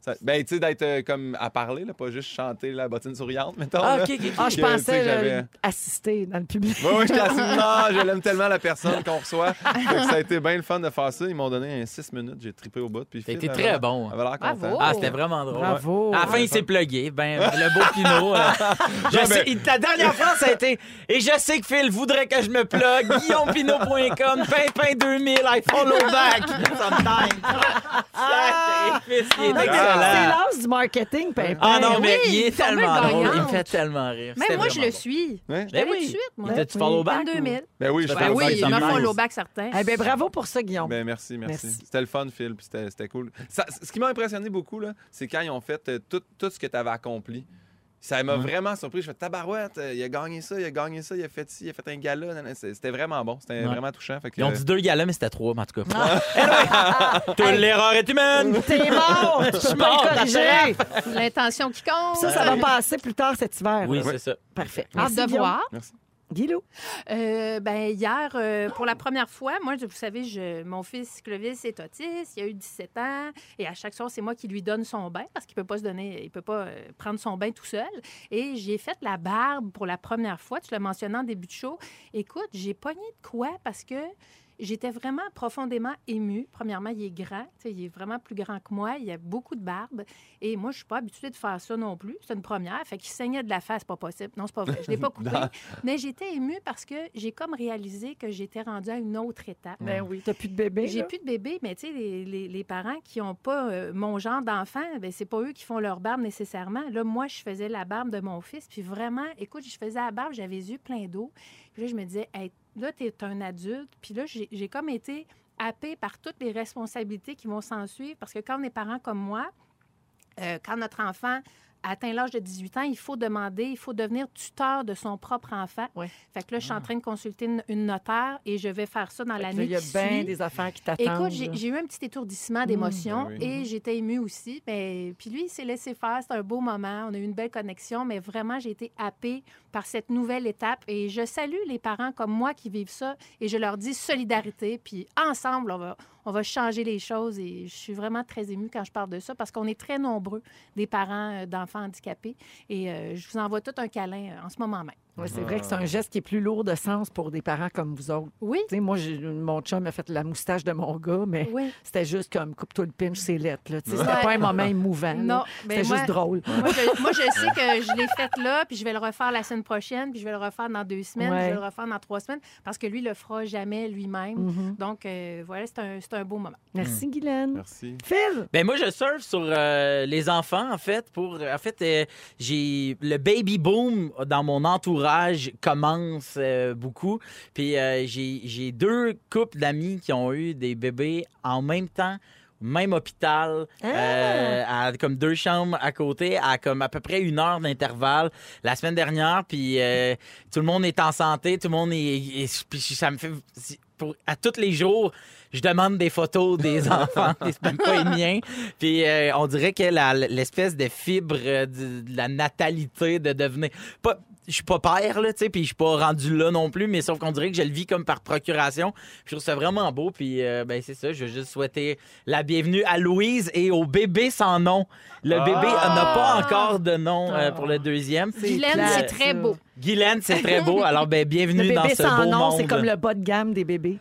S3: Ça- ben, tu sais, d'être euh, comme à parler, là, pas juste chanter la bottine souriante, mettons.
S4: Ah,
S3: là.
S4: ok, ok, ok.
S2: Ah, je
S3: que, tu sais,
S2: pensais là,
S3: j'avais-
S2: assister dans le public.
S3: Oui, oui, j'étais assis. Non, je l'aime tellement la personne qu'on reçoit. Fait que ça a été bien le fun de faire ça. Ils m'ont donné un 6 minutes. J'ai trippé au bout. Puis
S4: T'as
S3: Phil
S4: été
S3: avait
S4: très
S3: l'air-
S4: bon.
S1: Oh.
S3: avait l'air
S1: Bravo.
S3: content.
S4: Ah, c'était vraiment drôle.
S2: Bravo.
S4: À la fin, il s'est plugué. Ben, le beau [LAUGHS] Pinot. euh, je
S3: Non,
S4: sais-
S3: mais-
S4: Ta dernière phrase, ça a été Et je sais que Phil voudrait que je me plugue. GuillaumePinot.com, Pimpin2000, I follow back. Sometimes. Ah, Fils, il est
S2: Non, mais C'est
S4: excellent.
S2: l'as du marketing, Pimpin.
S4: Ah non, mais
S1: Oui,
S4: il
S1: il
S4: est
S1: est
S4: tellement
S1: formé
S4: drôle. Il me
S1: gagnante.
S4: fait tellement rire.
S1: Même
S4: C'était
S1: moi, je
S4: vraiment
S1: le
S4: bon.
S1: suis.
S3: Ouais.
S1: Je l'allais
S4: Ben oui.
S1: tout de suite, moi.
S4: Il t'a-tu follow back?
S1: 22 000.
S3: Ben oui, je
S4: Ben
S3: fais
S1: Ben
S3: le
S4: follow
S1: oui,
S4: back,
S1: il
S4: ça Ah,
S1: m'a
S4: me niaise.
S1: follow back certain.
S2: Eh bien, bravo pour ça, Guillaume.
S3: Ben, merci, merci.
S2: Merci.
S3: C'était le fun, Phil, puis c'était c'était cool. Ça- ce qui m'a impressionné beaucoup, là, c'est quand ils ont fait euh, tout, tout ce que tu avais accompli. Ça m'a vraiment surpris. Je fais tabarouette, euh, il a gagné ça, il a gagné ça, il a fait ci, il a fait un gala. nan, nan. C'est- C'était vraiment bon, c'était
S4: Ouais.
S3: vraiment touchant. Fait que, euh,
S4: Ils ont dit deux galas, mais c'était trois, mais en tout cas. [LAUGHS] Anyway, toute l'erreur est humaine.
S2: T'es mort! Tu peux pas
S4: mort,
S2: le
S4: ta
S2: corriger.
S4: ben,
S1: L'intention qui compte.
S2: Ça, ça va passer plus tard cet hiver.
S4: Oui,
S2: là.
S4: c'est ça.
S2: Parfait.
S1: Hâte
S2: Merci,
S1: de
S2: Guillaume.
S1: voir.
S2: Guilou.
S1: Euh, ben, hier, euh, pour la première fois, moi, je- vous savez, je, mon fils Clovis est autiste, il a eu 17 ans, et à chaque soir, c'est moi qui lui donne son bain, parce qu'il peut pas se donner, il peut pas euh, prendre son bain tout seul. Et j'ai fait la barbe pour la première fois, tu l'as mentionné en début de show. Écoute, j'ai pogné de quoi, parce que j'étais vraiment profondément émue. Premièrement, il est grand, tu sais, il est vraiment plus grand que moi, il a beaucoup de barbe, et moi, je suis pas habituée de faire ça non plus, c'est une première, fait qu'il saignait de la face, pas possible. Non, c'est pas vrai, je
S3: [LAUGHS]
S1: l'ai pas coupé. Mais j'étais émue parce que j'ai comme réalisé que j'étais rendue à une autre étape.
S2: Ben oui. T'as plus de bébé.
S1: J'ai
S2: là.
S1: plus de bébé, mais tu sais, les, les- les parents qui n'ont pas euh, mon genre d'enfant, ben c'est pas eux qui font leur barbe nécessairement. Là, moi, je faisais la barbe de mon fils, puis vraiment, écoute, je faisais la barbe, j'avais les yeux pleins d'eau. Puis là, je me disais, Hey, là, t'es un adulte, puis là, j'ai j'ai comme été happée par toutes les responsabilités qui vont s'en suivre, parce que quand on est parent comme moi, euh, quand notre enfant atteint l'âge de 18 ans, il faut demander, il faut devenir tuteur de son propre enfant.
S2: Ouais. Ah.
S1: Fait que là, je suis en train de consulter une, une notaire et je vais faire ça dans
S2: Fait
S1: la
S2: que là,
S1: nuit
S2: Il y a
S1: qui
S2: bien
S1: suit.
S2: des affaires qui
S1: Écoute,
S2: t'attendent.
S1: j'ai
S2: là.
S1: j'ai eu un petit étourdissement d'émotion
S3: Ben oui.
S1: et j'étais émue aussi. Mais, puis lui, il s'est laissé faire. C'était un beau moment. On a eu une belle connexion, mais vraiment, j'ai été happée par cette nouvelle étape. Et je salue les parents comme moi qui vivent ça et je leur dis solidarité. Puis ensemble, on va, on va changer les choses. Et je suis vraiment très émue quand je parle de ça parce qu'on est très nombreux des parents euh, d'enfants handicapés. Et euh, je vous envoie tout un câlin euh, en ce moment même.
S2: Ouais, c'est vrai que c'est un geste qui est plus lourd de sens pour des parents comme vous autres.
S3: [LAUGHS]
S1: Oui,
S2: Tu sais, moi, j'ai- mon chum a fait la moustache de mon gars, mais
S1: oui.
S2: c'était juste comme coupe-toi le pinch, c'est lettre. là. Tu sais, C'était
S1: Ouais.
S2: pas un moment émouvant. là.
S1: Non, mais
S2: C'était
S1: moi-
S2: juste drôle.
S1: Moi je, moi, je sais que je l'ai fait là, puis je vais le refaire la semaine prochaine, puis je vais le refaire dans deux semaines, puis
S2: Ouais.
S1: je vais le refaire dans trois semaines, parce que lui, il le fera jamais lui-même.
S2: Mhm.
S1: Donc, euh, voilà, c'est un, c'est un beau moment.
S2: Merci, Guylaine.
S3: Merci.
S2: Phil!
S4: Ben moi je surfe sur euh, les enfants en fait pour en fait euh, j'ai le baby boom dans mon entourage commence euh, beaucoup puis euh, j'ai j'ai deux couples d'amis qui ont eu des bébés en même temps au même hôpital euh, à comme deux chambres à côté à comme à peu près une heure d'intervalle la semaine dernière puis euh, tout le monde est en santé tout le monde est, est- puis ça me fait pour, à tous les jours je demande des photos des enfants, des même pas les miens. Puis euh, on dirait que la- l'espèce de fibre euh, du- de la natalité de devenir. Pas, je suis pas père, là, tu sais, puis je suis pas rendu là non plus, mais sauf qu'on dirait que je le vis comme par procuration. Puis je trouve ça vraiment beau, puis euh, ben, c'est ça, je veux juste souhaiter la bienvenue à Louise et au bébé sans nom. Le
S3: Ah!
S4: bébé euh, n'a pas encore de nom euh,
S2: Ah.
S4: pour le deuxième.
S1: Guylaine,
S4: plate,
S1: c'est très
S2: ça.
S1: beau.
S4: Guylaine, c'est très
S2: [LAUGHS]
S4: beau, alors ben,
S2: Le
S4: bienvenue dans
S2: bébé
S4: ce
S2: sans
S4: beau
S2: nom,
S4: monde.
S2: c'est comme le bas de gamme des bébés.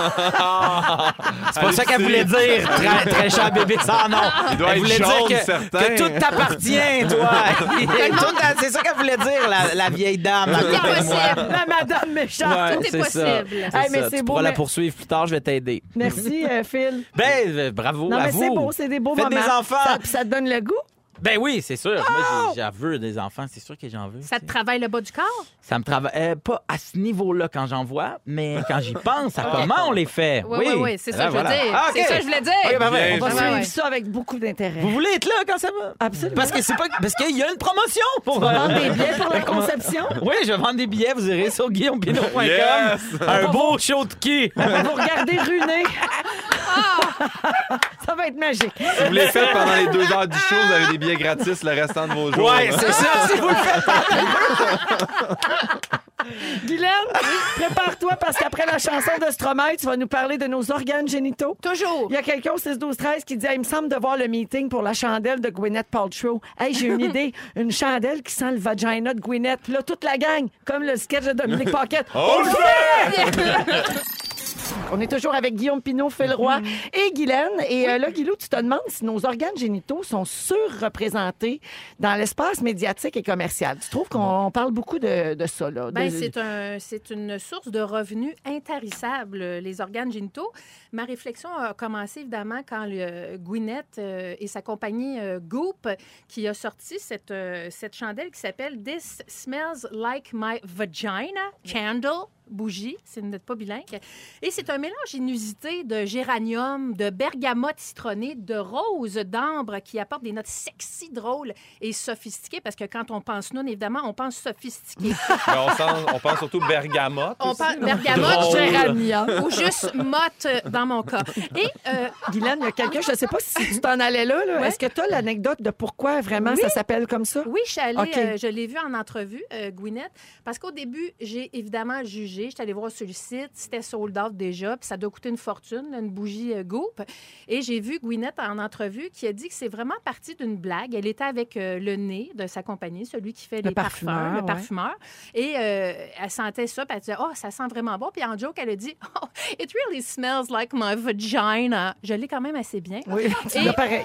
S4: Ah, C'est pas ça qu'elle voulait dire, très, très cher bébé sans nom.
S3: Il doit
S4: Elle
S3: être
S4: voulait
S3: jaune,
S4: dire que,
S3: certain.
S4: que tout t'appartient, toi.
S3: [LAUGHS]
S4: Tout t'a- c'est ça qu'elle voulait dire, la, la vieille dame.
S1: C'est possible.
S2: La madame méchante!
S4: Ouais,
S1: Tout est
S4: c'est ça.
S1: possible.
S4: C'est
S2: Hey, mais
S4: ça.
S2: c'est
S4: tu
S2: beau,
S4: pourras la
S2: mais-
S4: poursuivre plus tard, je vais t'aider.
S2: Merci, euh, Phil.
S4: Ben, euh, bravo
S2: Non,
S4: à
S2: mais
S4: vous.
S2: c'est beau, c'est des beaux
S4: Faites des
S2: moments.
S4: enfants.
S2: Ça, puis ça te donne le goût.
S4: Ben oui, c'est sûr. Moi,
S2: Oh!
S4: j'ai- j'en veux des enfants, c'est sûr que j'en veux.
S1: Ça
S4: tu
S1: te
S4: sais.
S1: travaille le bas du corps?
S4: Ça me travaille euh, pas à ce niveau-là quand j'en vois, mais quand j'y pense,
S1: [LAUGHS]
S4: à comment on les fait.
S1: Oui, oui, oui, c'est
S4: Ben
S1: ça que je veux
S4: voilà.
S1: dire.
S4: Ah, OK.
S1: C'est ça que je voulais dire.
S4: Ok, parfait.
S3: Bien
S2: On va
S1: Ouais,
S2: suivre
S1: ouais.
S2: ça avec beaucoup d'intérêt.
S4: Vous voulez être là quand ça va?
S2: Absolument.
S4: Parce que c'est pas parce qu'il y a une promotion pour euh,
S2: Vendre des billets pour la conception.
S4: [LAUGHS] Oui, je vais vendre des billets. Vous irez sur guillaumepinot.com.
S3: Yes!
S4: Un beau show de qui?
S2: On va regarder ruiner. ça va être magique.
S3: Si vous les faites pendant les deux heures du show, vous avez des billets gratis le restant de vos jours.
S4: Ouais,
S3: là.
S4: c'est ça. Si vous le faites,
S2: Guylaine, prépare-toi parce qu'après la chanson de Stromae, tu vas nous parler de nos organes génitaux.
S1: Toujours.
S2: Il y a quelqu'un au 6-12-13 qui dit Ah, Il me semble de voir le meeting pour la chandelle de Gwyneth Paltrow. Hey, j'ai
S1: [LAUGHS]
S2: une idée. Une chandelle qui sent le vagina de Gwyneth. Puis là, toute la gang, comme le sketch de
S1: [LAUGHS]
S2: Dominique Paquette.
S3: On le
S2: On est toujours avec Guillaume Pinot, Phil Roy
S1: Mm-hmm.
S2: et Guylaine. Et euh, là, Guilou, tu te demandes si nos organes génitaux sont surreprésentés dans l'espace médiatique et commercial. Tu trouves qu'on on parle beaucoup de, de ça, là? de-
S1: Ben, c'est un, c'est une source de revenus intarissable, euh, les organes génitaux. Ma réflexion a commencé évidemment quand le Gwyneth euh, et sa compagnie euh, Goop qui a sorti cette, euh, cette chandelle qui s'appelle This Smells Like My Vagina Candle. Bougie, c'est n'est pas bilingue. Et c'est un mélange inusité de géranium, de bergamote citronnée, de rose d'ambre qui apporte des notes sexy, drôles et sophistiquées. Parce que quand on pense nous, évidemment, on pense sophistiqué.
S3: Mais on, sent- on pense surtout bergamote.
S1: On
S3: aussi.
S1: parle bergamote,
S3: Drôle.
S1: géranium ou juste motte euh, dans mon cas. Et euh,
S2: Guylaine, il y a quelqu'un, je ne sais pas si tu t'en allais là. là.
S1: Ouais.
S2: Est-ce que tu as l'anecdote de pourquoi vraiment
S1: Oui.
S2: ça s'appelle comme ça?
S1: oui, je, suis allée,
S2: OK.
S1: euh, je l'ai vu en entrevue, euh, Gwyneth, parce qu'au début, j'ai évidemment jugé. J'étais allée voir sur le site, c'était sold out déjà, puis ça doit coûter une fortune, là, une bougie euh, Goop. Et j'ai vu Gwyneth en entrevue qui a dit que c'est vraiment parti d'une blague. Elle était avec euh, le nez de sa compagnie, celui qui fait
S2: Le
S1: les parfums,
S2: parfumeur, ouais.
S1: le parfumeur. Et euh, elle sentait ça, puis elle disait Oh, ça sent vraiment bon. Puis en joke, elle a dit Oh, it really smells like my vagina. Je l'ai quand même assez bien.
S2: Oui, tu
S1: Et-
S2: l'as pareil.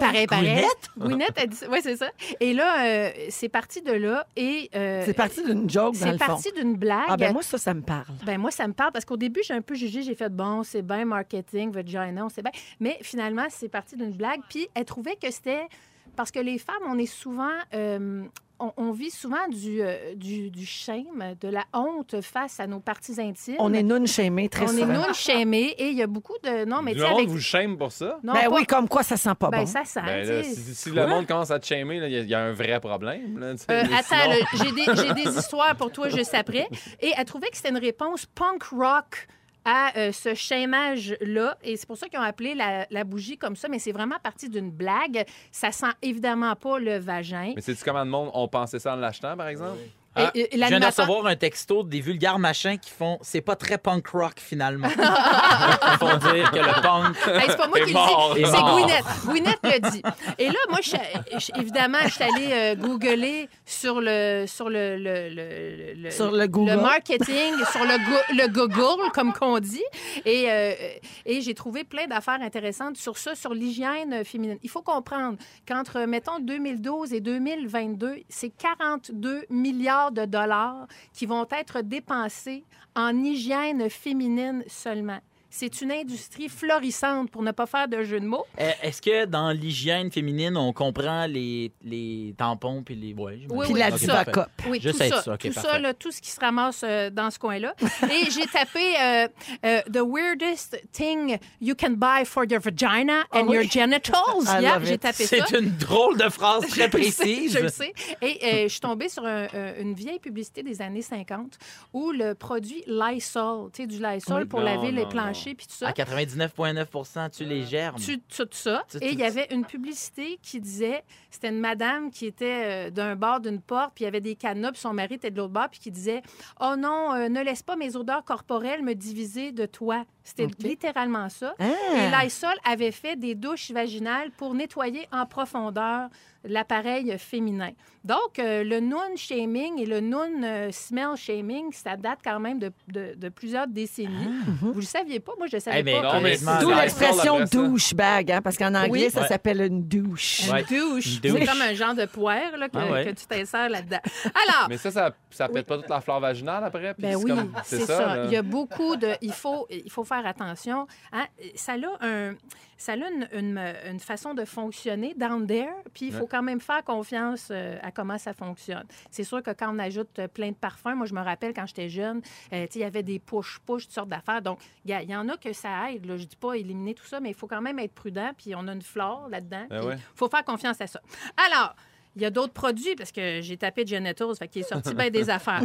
S1: Pareil, pareil.
S4: Gwyneth?
S1: Gwyneth, elle dit... Oui, c'est ça. Et là, euh, c'est parti de là. Et, euh,
S2: C'est parti d'une joke, dans
S1: C'est
S2: le fond.
S1: parti d'une blague.
S2: Ah ben moi, ça, ça me parle.
S1: Ben, moi, ça me parle parce qu'au début, j'ai un peu jugé, j'ai fait bon, c'est bien marketing, vagina, on sait bien. Mais finalement, c'est parti d'une blague. Puis elle trouvait que c'était parce que les femmes, on est souvent. euh, on, on vit souvent du, euh, du, du shame, de la honte face à nos parties intimes.
S2: On est non shamés très
S1: On est
S2: souvent.
S1: non shamés et il y a beaucoup de. Non, mais
S3: Le
S1: tu sais,
S3: monde
S1: avec.
S3: vous shame pour ça?
S1: Non,
S2: Ben
S1: pas-
S2: oui, comme quoi ça sent pas
S1: ben,
S2: bon.
S1: ça sent.
S3: Ben,
S1: tu
S3: là,
S1: sais.
S3: si si le monde commence à te shamer, là, il y, a- il y a un vrai problème. là, tu sais,
S1: Euh,
S3: mais
S1: attends,
S3: sinon-
S1: là, j'ai des, j'ai des histoires pour toi juste après. Et elle trouvait que c'était une réponse punk rock à euh, ce schémage-là. Et c'est pour ça qu'ils ont appelé la, la bougie comme ça. Mais c'est vraiment parti d'une blague. Ça sent évidemment pas le vagin.
S3: Mais c'est-tu comment le monde, on pensait ça en l'achetant, par exemple?
S4: Ah,
S1: Et- et
S4: Je viens de
S1: l'animateur-
S4: recevoir un texto des vulgaires machins qui font c'est pas très punk rock
S1: [LAUGHS]
S4: finalement. Ils font dire que le punk.
S1: Hey, Ben, c'est
S4: [LAUGHS]
S1: pas moi
S4: Est
S1: qui
S4: mort,
S1: le
S4: est
S1: dis, c'est
S4: mort.
S1: Gwyneth. Gwyneth le dit. Et là, moi, je- je- évidemment, je suis allée euh, googler sur le sur le, le, le- euh, le-
S2: Sur le Google.
S1: marketing, sur le, go- le Google, comme qu'on dit. Et, euh, et j'ai trouvé plein d'affaires intéressantes sur ça, sur l'hygiène féminine. Il faut comprendre qu'entre, mettons, 2012 et 2022, c'est 42 milliards de dollars qui vont être dépensés en hygiène féminine seulement. C'est une industrie florissante, pour ne pas faire de jeu de mots.
S4: Euh, Est-ce que dans l'hygiène féminine, on comprend les, les tampons puis les. Ouais, j'imagine.
S1: Oui,
S2: Puis
S1: oui,
S2: la
S4: Ok,
S1: tout
S4: parfait.
S2: Divacup.
S1: Oui,
S4: Je
S1: tout
S4: sais
S1: ça.
S4: ça, OK,
S1: tout ça,
S4: parfait.
S1: là, tout ce qui se ramasse euh, dans ce coin-là. [LAUGHS] Et j'ai tapé euh, euh, The weirdest thing you can buy for your vagina
S2: Ah
S1: and
S2: oui.
S1: your genitals.
S2: I
S1: Yeah,
S2: love
S1: j'ai
S2: it.
S1: tapé ça.
S4: C'est une drôle de phrase très
S1: [LAUGHS] Je le sais,
S4: précise.
S1: Je le sais. Et euh, je suis tombée sur un- euh, une vieille publicité des années 50 où le produit Lysol, tu sais, du Lysol pour
S3: Non,
S1: laver les
S3: non,
S1: planchers puis tout ça.
S4: À 99,9 tu les germes.
S1: Tu, tu- tout ça.
S4: Ah, Tu-
S1: et
S4: tu-
S1: il y avait une publicité qui disait, c'était une madame qui était euh, d'un bord d'une porte, puis il y avait des cadenas, puis son mari était de l'autre bord, puis qui disait, oh non, euh, ne laisse pas mes odeurs corporelles me diviser de toi. C'était
S2: OK.
S1: littéralement ça. Et
S2: Ah.
S1: Lysol avait fait des douches vaginales pour nettoyer en profondeur l'appareil féminin. Donc, euh, le noon shaming et le noon euh, smell shaming, ça date quand même de, de- de plusieurs décennies. Vous le saviez pas? Moi, je le savais
S4: Eh ben,
S1: pas.
S3: Non, mais
S4: honnêtement,
S2: D'où
S3: Lysol,
S2: l'expression
S3: après ça.
S2: douchebag, hein, parce qu'en anglais,
S1: Oui.
S2: ça
S4: Ouais.
S2: s'appelle une douche.
S1: Une
S4: Ouais.
S1: douche.
S4: Une douche.
S1: C'est comme un genre de poire là, que,
S4: Ah ouais.
S1: que tu t'insères là-dedans. Alors,
S3: Mais ça, ça, ça pète pas toute la flore vaginale après. puis
S1: Ah. ben
S3: c'est
S1: oui,
S3: comme-
S1: c'est ça.
S3: là.
S1: Il y a beaucoup de... Il faut, il faut faire attention. hein. Ça a, un, ça a une, une- une façon de fonctionner down there, puis il faut
S3: Ouais.
S1: quand même faire confiance euh, à comment ça fonctionne. C'est sûr que quand on ajoute euh, plein de parfums, moi, je me rappelle quand j'étais jeune, euh, tu sais, il y avait des push-push, toutes sortes d'affaires. Donc, il y, a- il y en a que ça aide. Là. Je dis pas éliminer tout ça, mais il faut quand même être prudent, puis on a une flore là-dedans.
S3: Ben
S1: puis
S3: ouais.
S1: faut faire confiance à ça. Alors... Il y a d'autres produits, parce que j'ai tapé Genitals, fait qu'il est sorti bien des affaires.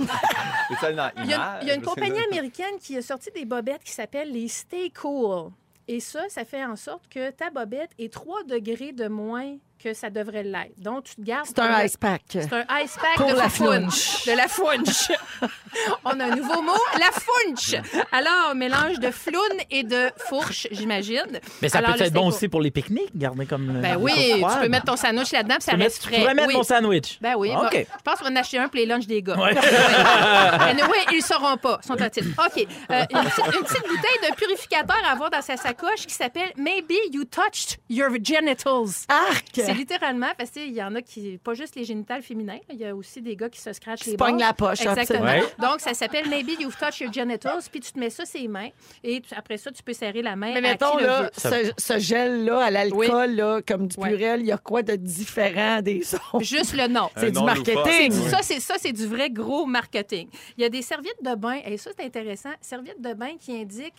S3: C'est ça, dans
S1: Il y a,
S3: Image,
S1: une- il y a une
S3: parce que-
S1: compagnie américaine qui a sorti des bobettes qui s'appellent les Stay Cool. Et ça, ça fait en sorte que ta bobette est 3 degrés de moins que ça devrait l'être. Donc, tu te gardes...
S2: C'est un
S1: pour-
S2: ice pack.
S1: C'est un ice pack
S2: Pour
S1: de
S2: la
S1: foufoune. De la founche. [LAUGHS] On a un nouveau mot, la founche. Alors, mélange de floune et de fourche, j'imagine.
S4: Mais ça
S1: Alors,
S4: peut
S1: le
S4: être bon
S1: steak-
S4: aussi pour les pique-niques, garder comme. euh,
S1: Ben oui, tu peux mettre ton sandwich là-dedans, puis ça
S4: Tu peux
S1: reste
S4: mettre-
S1: frais.
S4: tu pourrais mettre
S1: Oui.
S4: mon sandwich.
S1: Ben oui.
S2: Ah,
S4: OK.
S1: bon, je pense qu'on va en acheter un pour les lunchs des gars. [LAUGHS]
S4: Ouais.
S1: oui, ils ne sauront pas. Ils sont à titre. OK. Euh, une, petite, une petite bouteille de purificateur à avoir dans sa sacoche qui s'appelle Maybe You Touched Your Genitals.
S2: Arc!
S1: C'est littéralement, parce qu'il y en a qui. Pas juste les génitales féminins, là, il y a aussi des gars qui se scratchent
S2: Qui
S1: les
S2: se pognent
S1: bords.
S2: la poche, hein,
S1: Exactement.
S2: absolument.
S1: Donc, ça s'appelle Maybe You've Touched Your Genitals, puis tu te mets ça ses mains, et tu- après ça, tu peux serrer la main.
S2: Mais
S1: à
S2: mettons,
S1: qui le
S2: là,
S1: veut.
S2: ce, ce gel-là à l'alcool, là, comme du
S1: Ouais.
S2: purel, il y a quoi de différent des autres?
S1: Juste le nom.
S3: Un
S2: C'est du
S3: nom loufoque,
S2: marketing.
S3: oui.
S1: Ça, c'est ça, c'est du vrai gros marketing. Il y a des serviettes de bain, et ça, c'est intéressant, serviettes de bain qui indiquent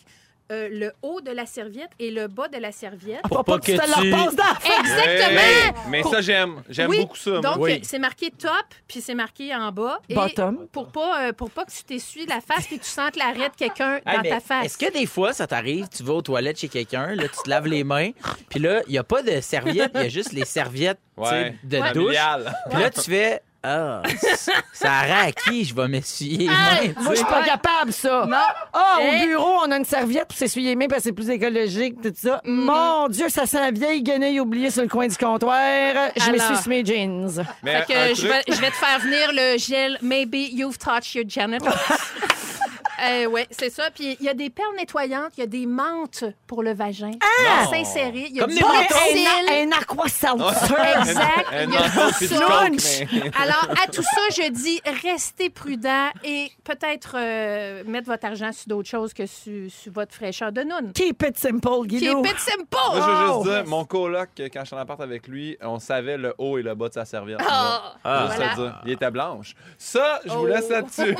S1: euh, le haut de la serviette et le bas de la serviette.
S2: Faut pas que tu te leur passes dans la face.
S1: Exactement!
S3: Hey, mais
S1: Pour-
S3: ça, j'aime. J'aime
S1: Oui,
S3: beaucoup ça. moi.
S1: Donc,
S3: Oui.
S1: euh, c'est marqué top, puis c'est marqué en bas. Et
S2: Bottom.
S1: Pour pas, euh, pour pas que tu t'essuies la face puis que tu sentes l'arrêt de quelqu'un
S4: Hey,
S1: dans
S4: mais
S1: ta face.
S4: Est-ce que des fois, ça t'arrive, tu vas aux toilettes chez quelqu'un, là, tu te laves les mains, puis là, il n'y a pas de serviette, il y a juste les serviettes tu sais,
S3: Ouais.
S4: de
S3: Ouais.
S4: douche.
S3: Familial.
S4: Puis là, tu fais Ah, c- ça a à qui je vais m'essuyer les
S2: Hey,
S4: mains, tu
S2: Ah, moi, je
S4: sais.
S2: suis pas capable, ça. Ah,
S1: Hey.
S2: au bureau, on a une serviette pour s'essuyer les mains parce que c'est plus écologique, tout ça. Mon Dieu, ça sent vieille guenille oubliée sur le coin du comptoir. Je
S1: Alors.
S2: m'essuie sur mes jeans.
S3: Mais
S1: Fait que
S3: Euh,
S1: je,
S3: un truc-
S1: vais, je vais te faire venir le gel Maybe You've Touched Your
S3: [LAUGHS]
S1: Genitals. Euh, ouais, c'est ça. Puis il y a des perles nettoyantes, il y a des menthes pour le vagin.
S3: Ah!
S1: à s'insérer. Il y a
S4: Comme
S1: du
S4: des mentons.
S1: persil.
S2: Ah, Un, un aquasalt.
S1: [LAUGHS] Exact.
S3: Un- un
S1: Il y a
S3: enfant
S1: du
S3: puis du
S1: saut.
S3: coke, mais-
S1: Alors, à tout ça, je dis, restez prudent et peut-être euh, mettre votre argent sur d'autres choses que sur, sur votre fraîcheur de noun.
S2: Keep it simple,
S1: Qui
S2: Guido.
S1: est pit simple!
S3: Moi, je veux
S2: Oh!
S3: juste dire, mon coloc, quand je suis en appart avec lui, on savait le haut et le bas de sa serviette.
S1: Ah!
S3: Bon, juste
S1: Voilà.
S3: te dire. Il était blanche. Ça, je vous laisse là-dessus.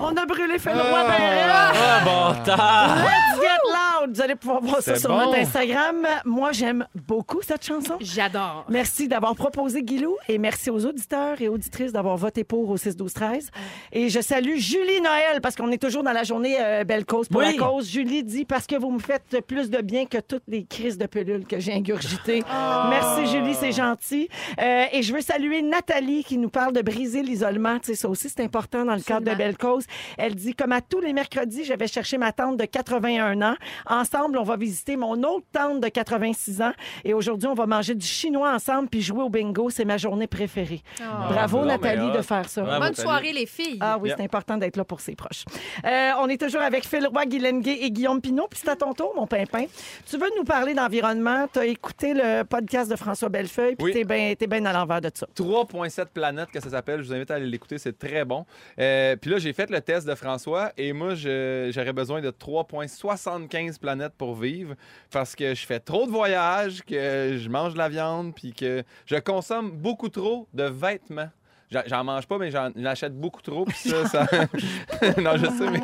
S2: On a brûlé Fenoy Barrette. ben,
S4: Ah, bon, tard.
S2: Let's get loud. out. Vous allez pouvoir voir ça
S3: C'est
S2: sur
S3: bon.
S2: notre Instagram. Moi, j'aime beaucoup cette chanson.
S1: J'adore.
S3: Ah,
S2: Merci d'avoir proposé Guilou et merci aux auditeurs et auditrices d'avoir voté pour au 6 12 13. Et je salue Julie Noël parce qu'on est toujours dans la journée euh, belle cause pour
S4: Oui.
S2: la cause. Julie dit parce que vous me faites plus de bien que toutes les crises de pelules que j'ai ingurgitées. Merci Julie, c'est gentil. Euh, et je veux saluer Nathalie qui nous parle de briser l'isolement. Tu sais, ça aussi c'est important dans le cadre de
S1: Absolument.
S2: belle cause. Elle dit comme à tous les mercredis, je vais chercher ma tante de 81 ans. Ensemble, on va visiter mon autre tante de 86 ans. Et aujourd'hui, on va manger du chinois ensemble puis jouer au bingo. C'est ma journée préférée. Bravo
S3: Non, mais
S2: Nathalie
S3: hot.
S2: de faire ça.
S3: Bravo.
S1: Bonne
S3: Nathalie.
S1: soirée, les filles.
S2: Ah oui,
S3: Yeah.
S2: c'est important d'être là pour ses proches. Euh, on est toujours avec Phil Roy, Guylaine Gay et Guillaume Pinot. Puis c'est à ton tour, mon pimpin. Tu veux nous parler d'environnement. Tu as écouté le podcast de François Bellefeuille, puis
S3: Oui.
S2: t'es bien ben à l'envers de ça.
S3: 3.7 planètes que ça s'appelle. Je vous invite à aller l'écouter, c'est très bon. Euh, puis là, j'ai fait le test de François et moi, je- j'aurais besoin de 3.75 planètes pour vivre parce que je fais trop de voyages, que je mange de la viande, puis que je consomme beaucoup trop de vêtements. J'en- J'en mange pas, mais j'en j'en achète beaucoup trop. Puis ça, ça... [LAUGHS] non, je sais, mais